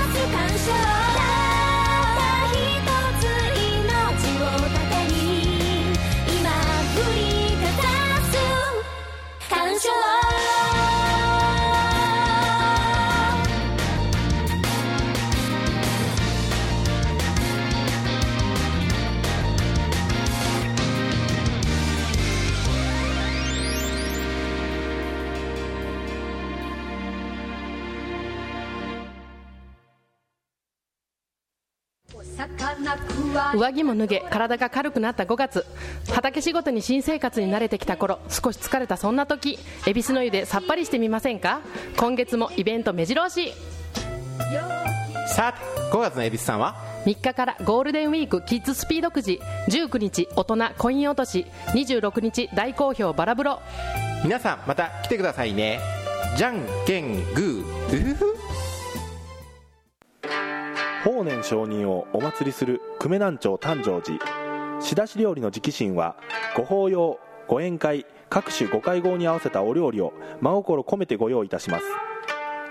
E: ざす感傷」「たったひとつ命を盾に」「今振りかざす感傷」
N: 上着も脱げ体が軽くなった5月畑仕事に新生活に慣れてきた頃少し疲れたそんな時恵比寿の湯でさっぱりしてみませんか今月もイベント目白押し
O: さあ5月の恵比寿さんは
N: 3日からゴールデンウィークキッズスピードくじ19日大人コイン落とし26日大好評バラブロ
O: 皆さんまた来てくださいねじゃんけんグーうふふ
F: 法然上人をお祭りする久米南町誕生寺仕出し料理の直進はご法要ご宴会各種ご会合に合わせたお料理を真心込めてご用意いたします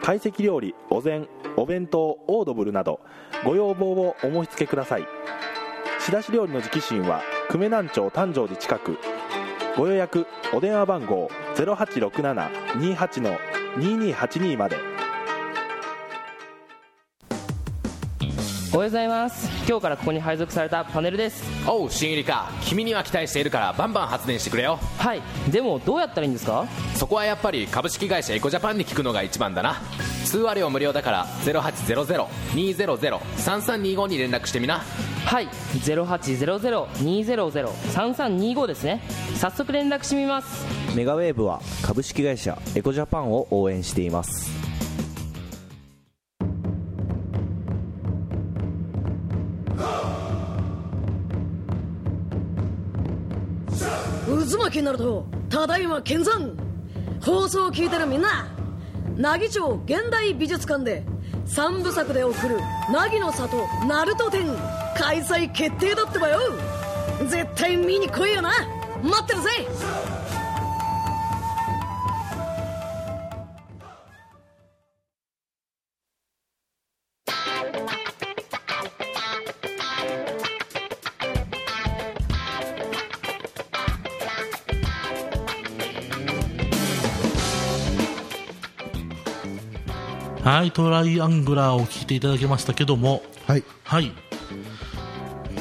F: 懐石料理お膳お弁当オードブルなどご要望をお申し付けください仕出し料理の直進は久米南町誕生寺近くご予約お電話番号0867-28-2282まで
P: おはようございます今日からここに配属されたパネルです
Q: おう新入りか君には期待しているからバンバン発電してくれよ
P: はいでもどうやったらいいんですか
Q: そこはやっぱり株式会社エコジャパンに聞くのが一番だな通話料無料だから0800-200-3325に連絡してみな
P: はい0800-200-3325ですね早速連絡してみます
R: メガウェーブは株式会社エコジャパンを応援しています
S: 渦巻きになるとただいま見参放送を聞いてるみんな奈義町現代美術館で三部作で送る「凪の里鳴門展」開催決定だってばよ絶対見に来いよな待ってるぜ
B: はい、トライアングラーを聞いていただきましたけども、はい、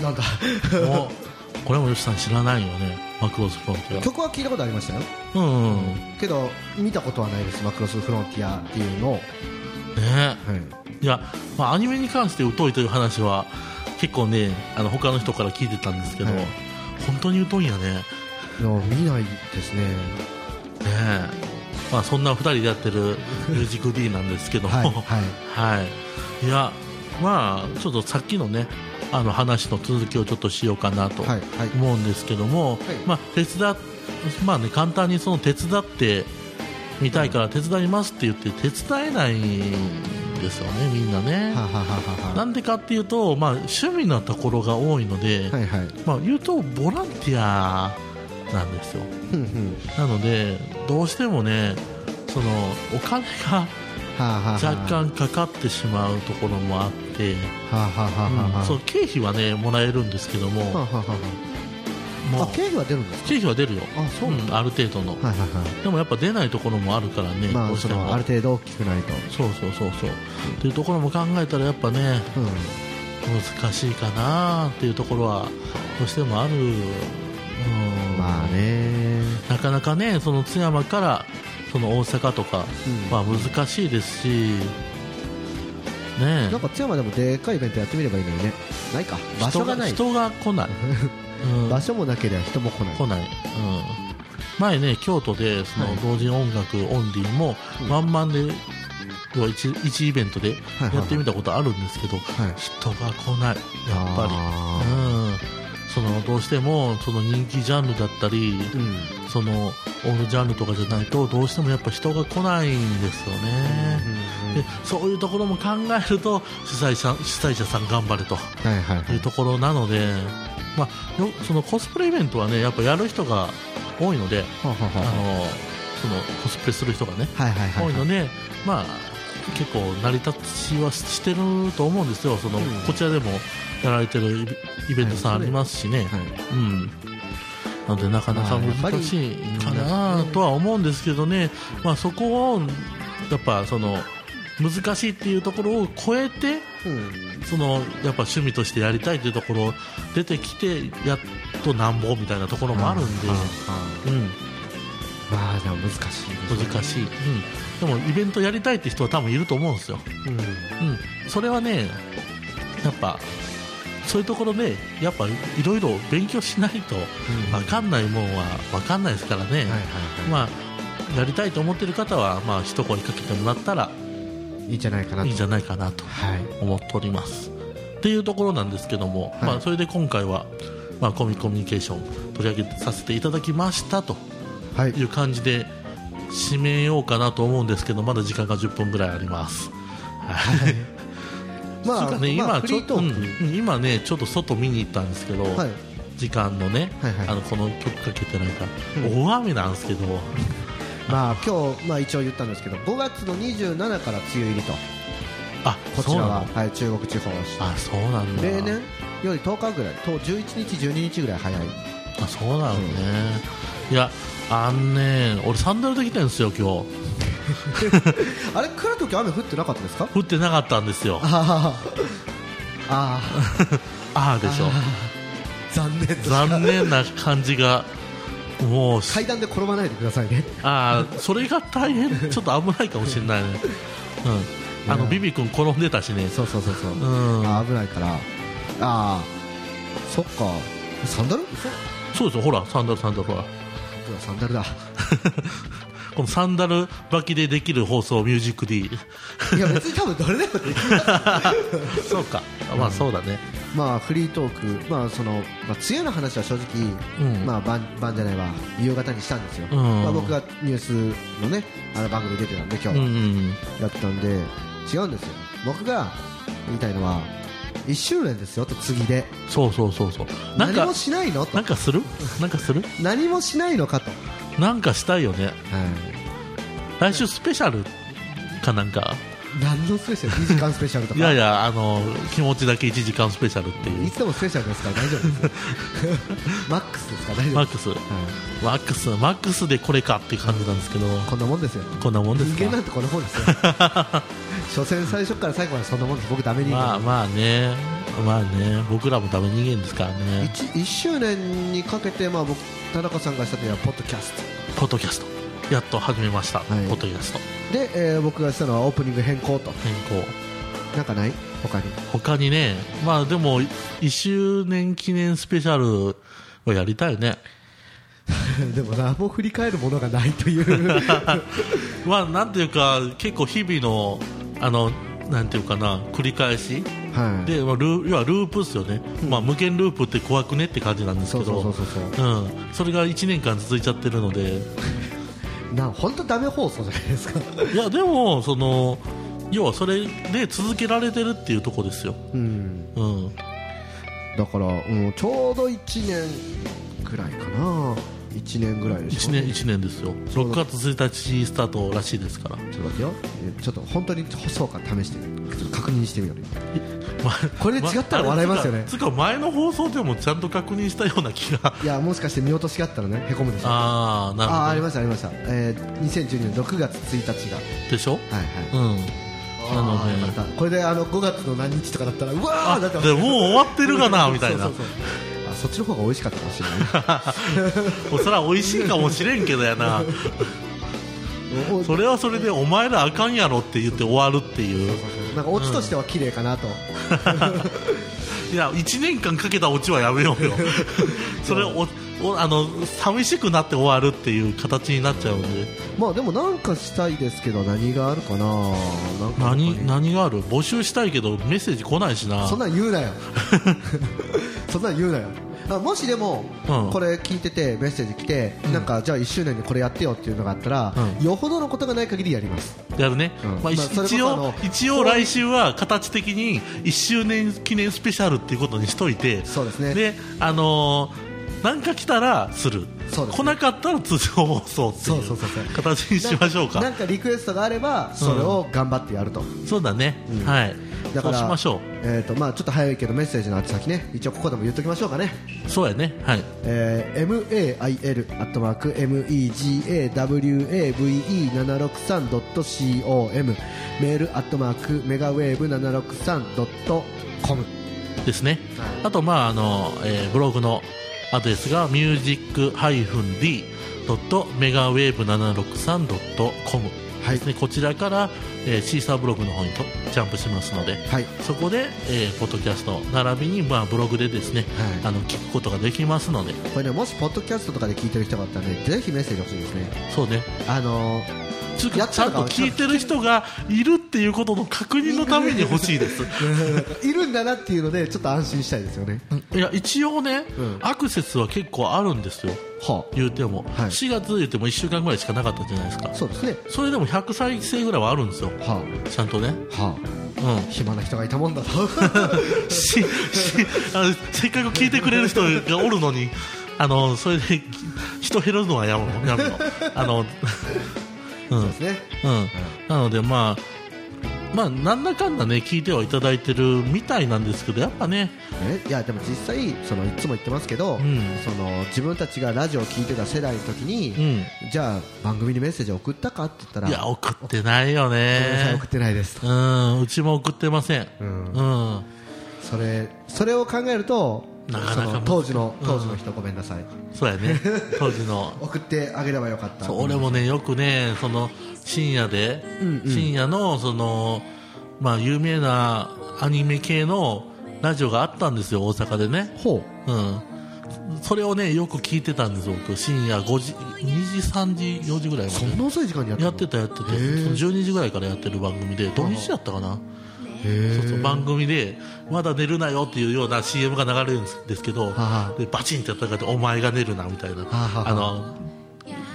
D: なんだ
B: もうこれも吉さん知らないよねマクロスフロンティア
D: 曲は聞いたことありましたよ
B: うん、うん、
D: けど見たことはないですマクロスフロンティアっていうのを
B: ね、い、や、まあ、アニメに関して疎いという話は結構ねあの他の人から聞いてたんですけど、
D: はい
B: 本当に疎いんやね
D: いや見ないですね
B: ねえ、まあ、そんな2人でやってる「ミュージック d なんですけども
D: はい
B: はい、いやまあちょっとさっきのねあの話の続きをちょっとしようかなと思うんですけども、まあ手伝っまあね簡単にその手伝ってみたいから手伝いますって言って手伝えないんですよねみんなね。
D: ははははは
B: なんでかっていうと、まあ、趣味なところが多いので、
D: はいはい
B: まあ、言うとボランティアなんですよ
D: ふんふん
B: なのでどうしてもねそのお金が
D: はあはあはあ
B: 若干かかってしまうところもあって
D: はあはあはあはあ
B: うんそう経費はねもらえるんですけども
D: はあはあは
B: もう
D: ああ経費は出るんですか
B: 経費は出るよ
D: あそうなん
B: うんある程度の、
D: はいはいはい
B: でもやっぱ出ないところもあるからね、
D: ま
B: ど
D: あ
B: うし
D: そ
B: ても
D: のある程度大きくないと
B: そうそうそうそう、っていうところも考えたらやっぱね、難しいかなっていうところはどうしてもある、うん、
D: まあね
B: なかなかねその津山からその大阪とか、
D: うん
B: まあ難しいですしねえ
D: なんか津山でもでっかいイベントやってみればいいのにねないか場所がない
B: 人が人が来な い、場
D: 所もなければ人も来ない
B: 来ない、うん、前ね京都でその同人音楽オンリーもワンマンで、要は 1, 1イベントで
D: はいはい
B: やってみたことあるんですけど、人が来ないやっぱり、うん、そのどうしてもその人気ジャンルだったり、そのオールジャンルとかじゃないとどうしてもやっぱ人が来ないんですよね、でそういうところも考えると主催者主催者さん頑張れと。
D: はいはい
B: というところなので、まあ、よそのコスプレイベントはねやっぱやる人が多いので、
D: はは
B: あの
D: は
B: そのコスプレする人がね、
D: はいはいはい
B: 多いので、まあ、結構成り立ちはしてると思うんですよその、
D: うん
B: こちらでもやられてるイベイベントさんありますしね、うん、なのでなかなか難しいかなとは思うんですけどね、まあ、そこをやっぱその難しいっていうところを超えて、そのやっぱ趣味としてやりたいというところ出てきてやっとなんぼみたいなところもあるんで、
D: うん
B: うん
D: まあでも難しいですね
B: 難しい、うん、でもイベントやりたいって人は多分いると思うんですよ、
D: うん
B: うん、それはねやっぱそういうところでやっぱいろいろ勉強しないと分かんないもんは分かんないですからね、まあ、やりたいと思ってる方は、まあ、一声かけてもらったら
D: いいんじゃないかなと
B: いいんじゃないかなと思っております、っていうところなんですけども、まあ、それで今回は、まあ、コミコミュニケーション取り上げさせていただきましたという感じで締めようかなと思うんですけどまだ時間が10分ぐらいあります。はい
D: まあ
B: つうかね、
D: まあ
B: 今ちょっと、
D: フリー
B: うん今ねちょっと外見に行ったんですけど、
D: はい
B: 時間のね、あのこの曲かけてないから、大雨なんですけど、
D: まあ今日まあ一応言ったんですけど5月の27から梅雨入りと
B: あ
D: こ
B: そう
D: ちらは
B: なの
D: はい中国地方
B: あそうなんだ
D: 例年より10日ぐらいと11日12日ぐらい早い
B: あそうなのね、いやあんね俺サンダルできてるんですよ今日
D: あれ来る時雨降ってなかったですか
B: 降ってなかったんですよ
D: あああ
B: ああでしょ
D: 残念
B: 残念な感じがもう
D: あ階段で転ばないでくださいね
B: ああそれが大変ちょっと危ないかもしれないね、うん、あのビビ君転んでたしね
D: そうそうそうそう、
B: ん、
D: あ危ないからああそっかサンダル
B: そうですよほらサンダルサンダルほら
D: 僕はサンダ ルだ
B: このサンダル履きでできる放送ミュージック D
D: いや別に多分誰でもできる
B: そうかまあそうだね、
D: まあフリートーク、まあそのまあ、梅雨の話は正直、
B: うん
D: まあ、晩晩じゃないわ夕方にしたんですよ、
B: うん
D: まあ、僕がニュースの,、ね、あの番組出てたんで、今日は、
B: うんうん
D: やったんで、違うんですよ、僕が言いたいのは、1周年ですよと、次で、
B: そうそうそうそうなん
D: 何
B: か
D: もしないのと、
B: なんかするなんかする
D: 何もしないのかと、
B: なんかしたいよね、来週スペシャルかなんか
D: 何のスペシャル2時間スペシャルとか
B: いやいやあの気持ちだけ1時間スペシャルっていう
D: いつでもスペシャルですから大丈夫ですよ マックスですか大丈夫
B: マックス、マックスマックスでこれかっていう感じなんですけど
D: こんなもんですよ
B: こんなもんです
D: 人間
B: か
D: なんてこんなもんですよ所詮最初から最後までそんなもんです僕ダメ人間
B: まあまあねまあね僕らもダメ人間ですからね
D: 1, 周年にかけて、まあ、僕田中さんがしたとはポッドキャスト
B: ポッドキャストやっと始めました、
D: い
B: ポッドキャスト
D: で、えー僕がしたのはオープニング変更と
B: 変更
D: なんかない他に
B: 他にねまあでも1周年記念スペシャルをやりたいね
D: でも何も振り返るものがないという
B: まあなんていうか結構日々のあのなんていうかな繰り返し、
D: はい
B: で、まあ、ルー要はループですよね、まあ、無限ループって怖くねって感じなんですけど
D: そうそうそう
B: うんそれが1年間続いちゃってるの で
D: な本当ダメ放送じゃない ですか
B: いやでもその要はそれで続けられてるっていうとこですよ、
D: うん
B: うん、
D: だから、うん、ちょうど1年ぐらいかな1年ぐらいでし
B: 1
D: ょ
B: 年1年ですよ
D: そう
B: 6
D: だ
B: 月1日スタートらしいですから
D: ちょっと待ってよえちょっと本当に細か試してみるちょっと確認してみよう、これで違ったら笑いますよね、
B: つうかつうか前の放送でもちゃんと確認したような気が
D: いやもしかして見落としがあったらねへこむでし ょ
B: ああなるほど
D: あありましたありました、えー、2012年6月1日が
B: でしょ
D: はい
B: はいうんなの
D: あーよか
B: で
D: ったこれであの5月の何日とかだったらうわ
B: あ
D: ーだって
B: でもう終わってるかなみたいな
D: そうそうそうあそっちの方が美味しかったかもしれ ない
B: おそら美味しいかもしれんけどや なそれはそれでお前らあかんやろって言って終わるっていう
D: なんかオチとしては綺麗かなと、
B: いや1年間かけたオチはやめよ うよそれおおあの寂しくなって終わるっていう形になっちゃうんで
D: まあでもなんかしたいですけど何があるかななんか
B: 何何がある募集したいけどメッセージ来ないしな
D: そんなん言 うなよそんなん言うなよあもしでも、
B: うん
D: これ聞いててメッセージ来て、なんかじゃあ1周年でこれやってよっていうのがあったら、よほどのことがない限りやります
B: やるね、まあ、い
D: まあそれこそ
B: 一
D: あ
B: 応
D: の
B: 一応来週は形的に1周年記念スペシャルっていうことにしといて
D: そうですね
B: であのーなんか来たらする
D: そうですね
B: 来なかったら通常放送っていう
D: そうそうそうそう
B: 形にしましょうか
D: なんかなんリクエストがあればそれを頑張ってやると、
B: そうだね、はい
D: だから
B: そうしましょ
D: えーとまあ、ちょっと早いけどメッセージの宛先ね一応ここでも言っときましょうかね
B: うそうやねはい
D: えー、mail.megawave763.com メールアットマークメガウェーブ 763.com
B: ですね、あと、まああのえーブログのアドレスが music-d.megawave763.com ですね、こちらから、えーシーサーブログの方にとジャンプしますので、そこで、えーポッドキャスト並びに、まあ、ブログでですね、あの聞くことができますので
D: これねもしポッドキャストとかで聞いてる人があったらねぜひメッセージ欲しいですね
B: そうね
D: あの
B: つう
D: ー、
B: かちゃんと聞いてる人がいるっていうことの確認のために欲しいです
D: いるんだなっていうのでちょっと安心したいですよね
B: いや一応ね、アクセスは結構あるんですよ、言うても、4月言うても1週間ぐらいしかなかったじゃないですか
D: そうですね
B: それでも100再生ぐらいはあるんですよ、ちゃんとね、うん、
D: 暇な人がいたも んだと
B: ししあのせっかく聞いてくれる人がおるのにあのそれでき人減るのはやめろやめろあのうん
D: ですね
B: うん、なのでまあまあなんだかんだね聞いてはいただいてるみたいなんですけどやっぱね
D: えいやでも実際そのいつも言ってますけど、その自分たちがラジオを聞いてた世代の時に、じゃあ番組にメッセージ送ったかって言ったら
B: いや送ってないよ
D: ごめんなさい
B: ね
D: 送ってないです
B: うんうちも送ってませんうん、
D: それそれを考えると
B: なかなか難
D: その
B: しい
D: 当時の
B: うん
D: 当時の人ごめんなさい、
B: そうやね当時の
D: 送ってあげればよかった
B: そう俺もねよくねその深夜で、
D: うんうん
B: 深夜のその、まあ、有名なアニメ系のラジオがあったんですよ大阪でね
D: ほ
B: う、ん、それをねよく聞いてたんですよ僕深夜5時2時3時4時ぐらいまでそん
D: な遅い時間にや
B: ってやってたやってた12時ぐらいからやってる番組で土日だったかなそうそう番組でまだ寝るなよっていうような CM が流れるんですけどでバチンって叩かれてお前が寝るなみたいな
D: はあはあ
B: あの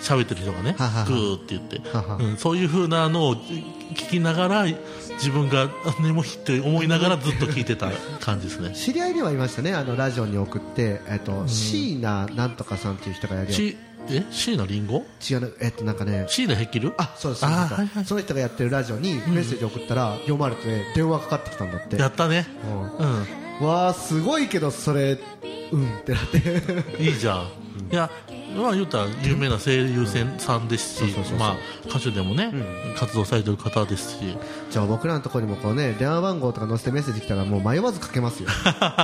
B: 喋ってる人がね、グーって言って、うんそういう風なのを聞きながら、自分があ眠いって思いながらずっと聞いてた感じです ね。
D: 知り合いにはいましたね、あのラジオに送って、えっと、椎名なんとかさんっていう人がやるよ
B: しえ椎名林檎
D: 違うなえっとなんかね
B: 椎名ヘッキル
D: あそうですそうですその人がやってるラジオにメッセージ送ったら、読まれて電話かかってきたんだって
B: やったね。
D: うん、わあすごいけどそれうんってなって
B: いいじゃん。いや、まあ言うたら有名な声優せんさんですし、まあ歌手でもね、活動されてる方ですし、
D: じゃあ僕らのところにもこうね電話番号とか載せてメッセージ来たらもう迷わずかけますよ
B: いや、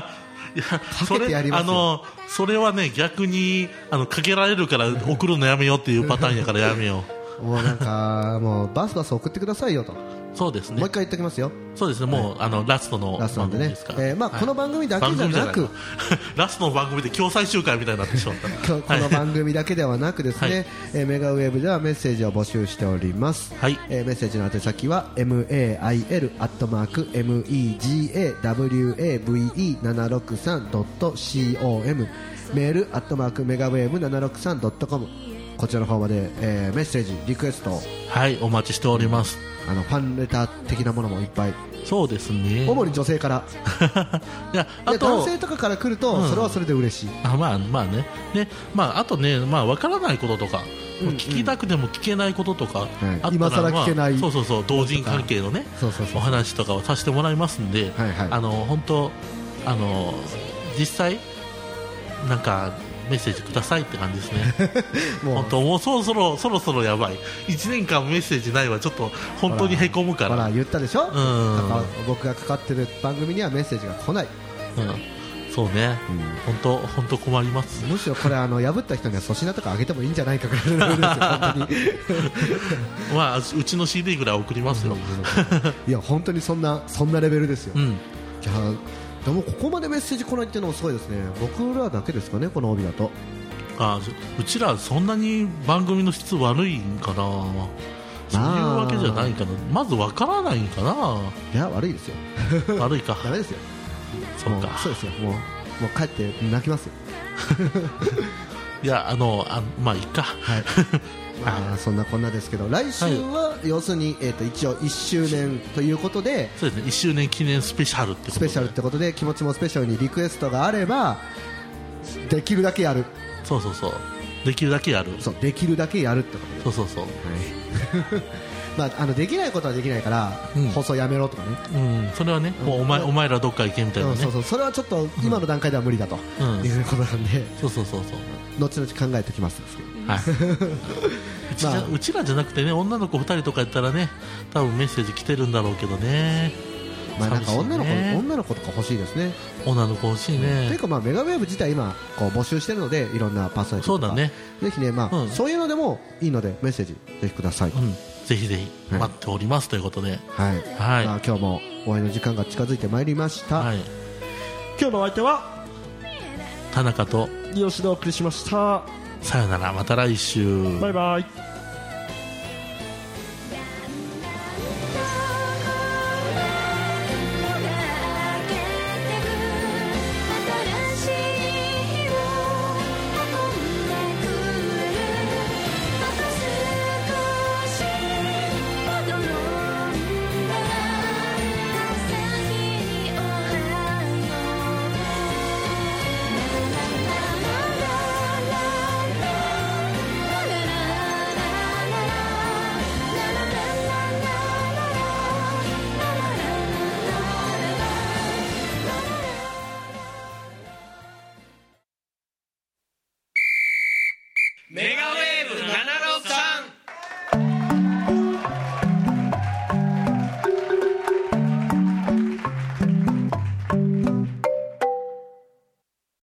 D: け
B: そ
D: て
B: れ、
D: やります
B: あ
D: よ
B: の、それはね、逆に、あの、かけられるから送るのやめようっていうパターンやからやめよ
D: もうなんかもうバスバス送ってくださいよと
B: う。そうですね。
D: もう一回言っておきますよ
B: う。そうですね、もう、あの、ラストの
D: ラストなん
B: 番
D: で
B: 組
D: ね
B: ですから。
D: えーまあ
B: はい
D: この番組だけじゃなく
B: 番組じゃない ラストの番組で共催集会みたいになってしまった。
D: ここの番組だけではなくですね、えーメガウェブではメッセージを募集しております、えーメッセージの宛先は mail.megawave763.com メールアットマークメガウェーブ 763.com こちらの方まで、えーメッセージリクエスト
B: はいお待ちしております
D: あのファンレター的なものもいっぱい
B: そうですね
D: 主に女性から
B: いや
D: い
B: あ
D: や
B: と
D: 男性とかから来ると、
B: うん
D: それはそれで嬉しい
B: あまあまあねで、まあ、あとね、まあ、分からないこととか、聞きたくても聞けないこととか、あったら
D: 今更聞けない
B: まあそうそうそう同人関係のね
D: そうそうそう
B: お話とかをさせてもらいますんで、あの本当あの実際なんかメッセージくださいって感じです ね
D: もう
B: 本当もうそろそろそろそろやばい1年間メッセージないわちょっと本当にへこむから
D: ほら言ったでしょ、だから僕がかかってる番組にはメッセージが来ない
B: うん、そうね、本当本当困ります
D: むしろこれあの破った人には粗品とかあげてもいいんじゃないかぐらいのレベルですよ本当に
B: まあうちの CD ぐらい送りますよ、
D: いや本当にそんなそんなレベルですよ、
B: い
D: やでもここまでメッセージ来ないっていうのもすごいですね僕らだけですかねこの帯だと
B: あうちらそんなに番組の質悪いんかなそういうわけじゃないかなまずわからないんか ない
D: や悪いですよ
B: 悪いか
D: ダメですよ
B: そうか
D: そうですよもうもう帰って泣きますよ
B: いやあのあまあいいか、
D: まあそんなこんなですけど来週は要するに、えー、と一応1周年ということで
B: そうですね1周年記念スペシャルってこと
D: スペシャルってことで気持ちもスペシャルにリクエストがあればできるだけやる
B: そうそうそうできるだけやる
D: そうできるだけやるってこと
B: そうそうそう、
D: まあ、あのできないことはできないから、放送やめろとかね
B: うん、それはね、もうお前お前らどっか行けみたいな
D: う
B: ね
D: ん、そうそうそれはちょっと今の段階では無理だと、
B: うん
D: いうことなんで
B: そうそうそうそう
D: 後々考えておきますですけど
B: は いうちらうちらじゃなくてね女の子2人とかやったらね多分メッセージ来てるんだろうけどね
D: まあなんか
B: 寂しい
D: 女の子、
B: ね
D: 女の子とか欲しいですね。
B: 女の子欲しいね
D: というかまあメガウェーブ自体今こう募集してるのでいろんなパーソナリティとか
B: そうだね。
D: ぜひねまあ、そういうのでもいいのでメッセージぜひください。
B: ぜひぜひ待っておりますということで、
D: はい。
B: はい
D: まあ今日もお会いの時間が近づいてまいりました。
C: 今日のお相手は
B: 田中と
C: 吉田をお送りしました
B: さよならまた来週
C: バイバイ
E: 新しい日を運んでくれるあと少しまどろんだ朝日におはよう
T: メガウェ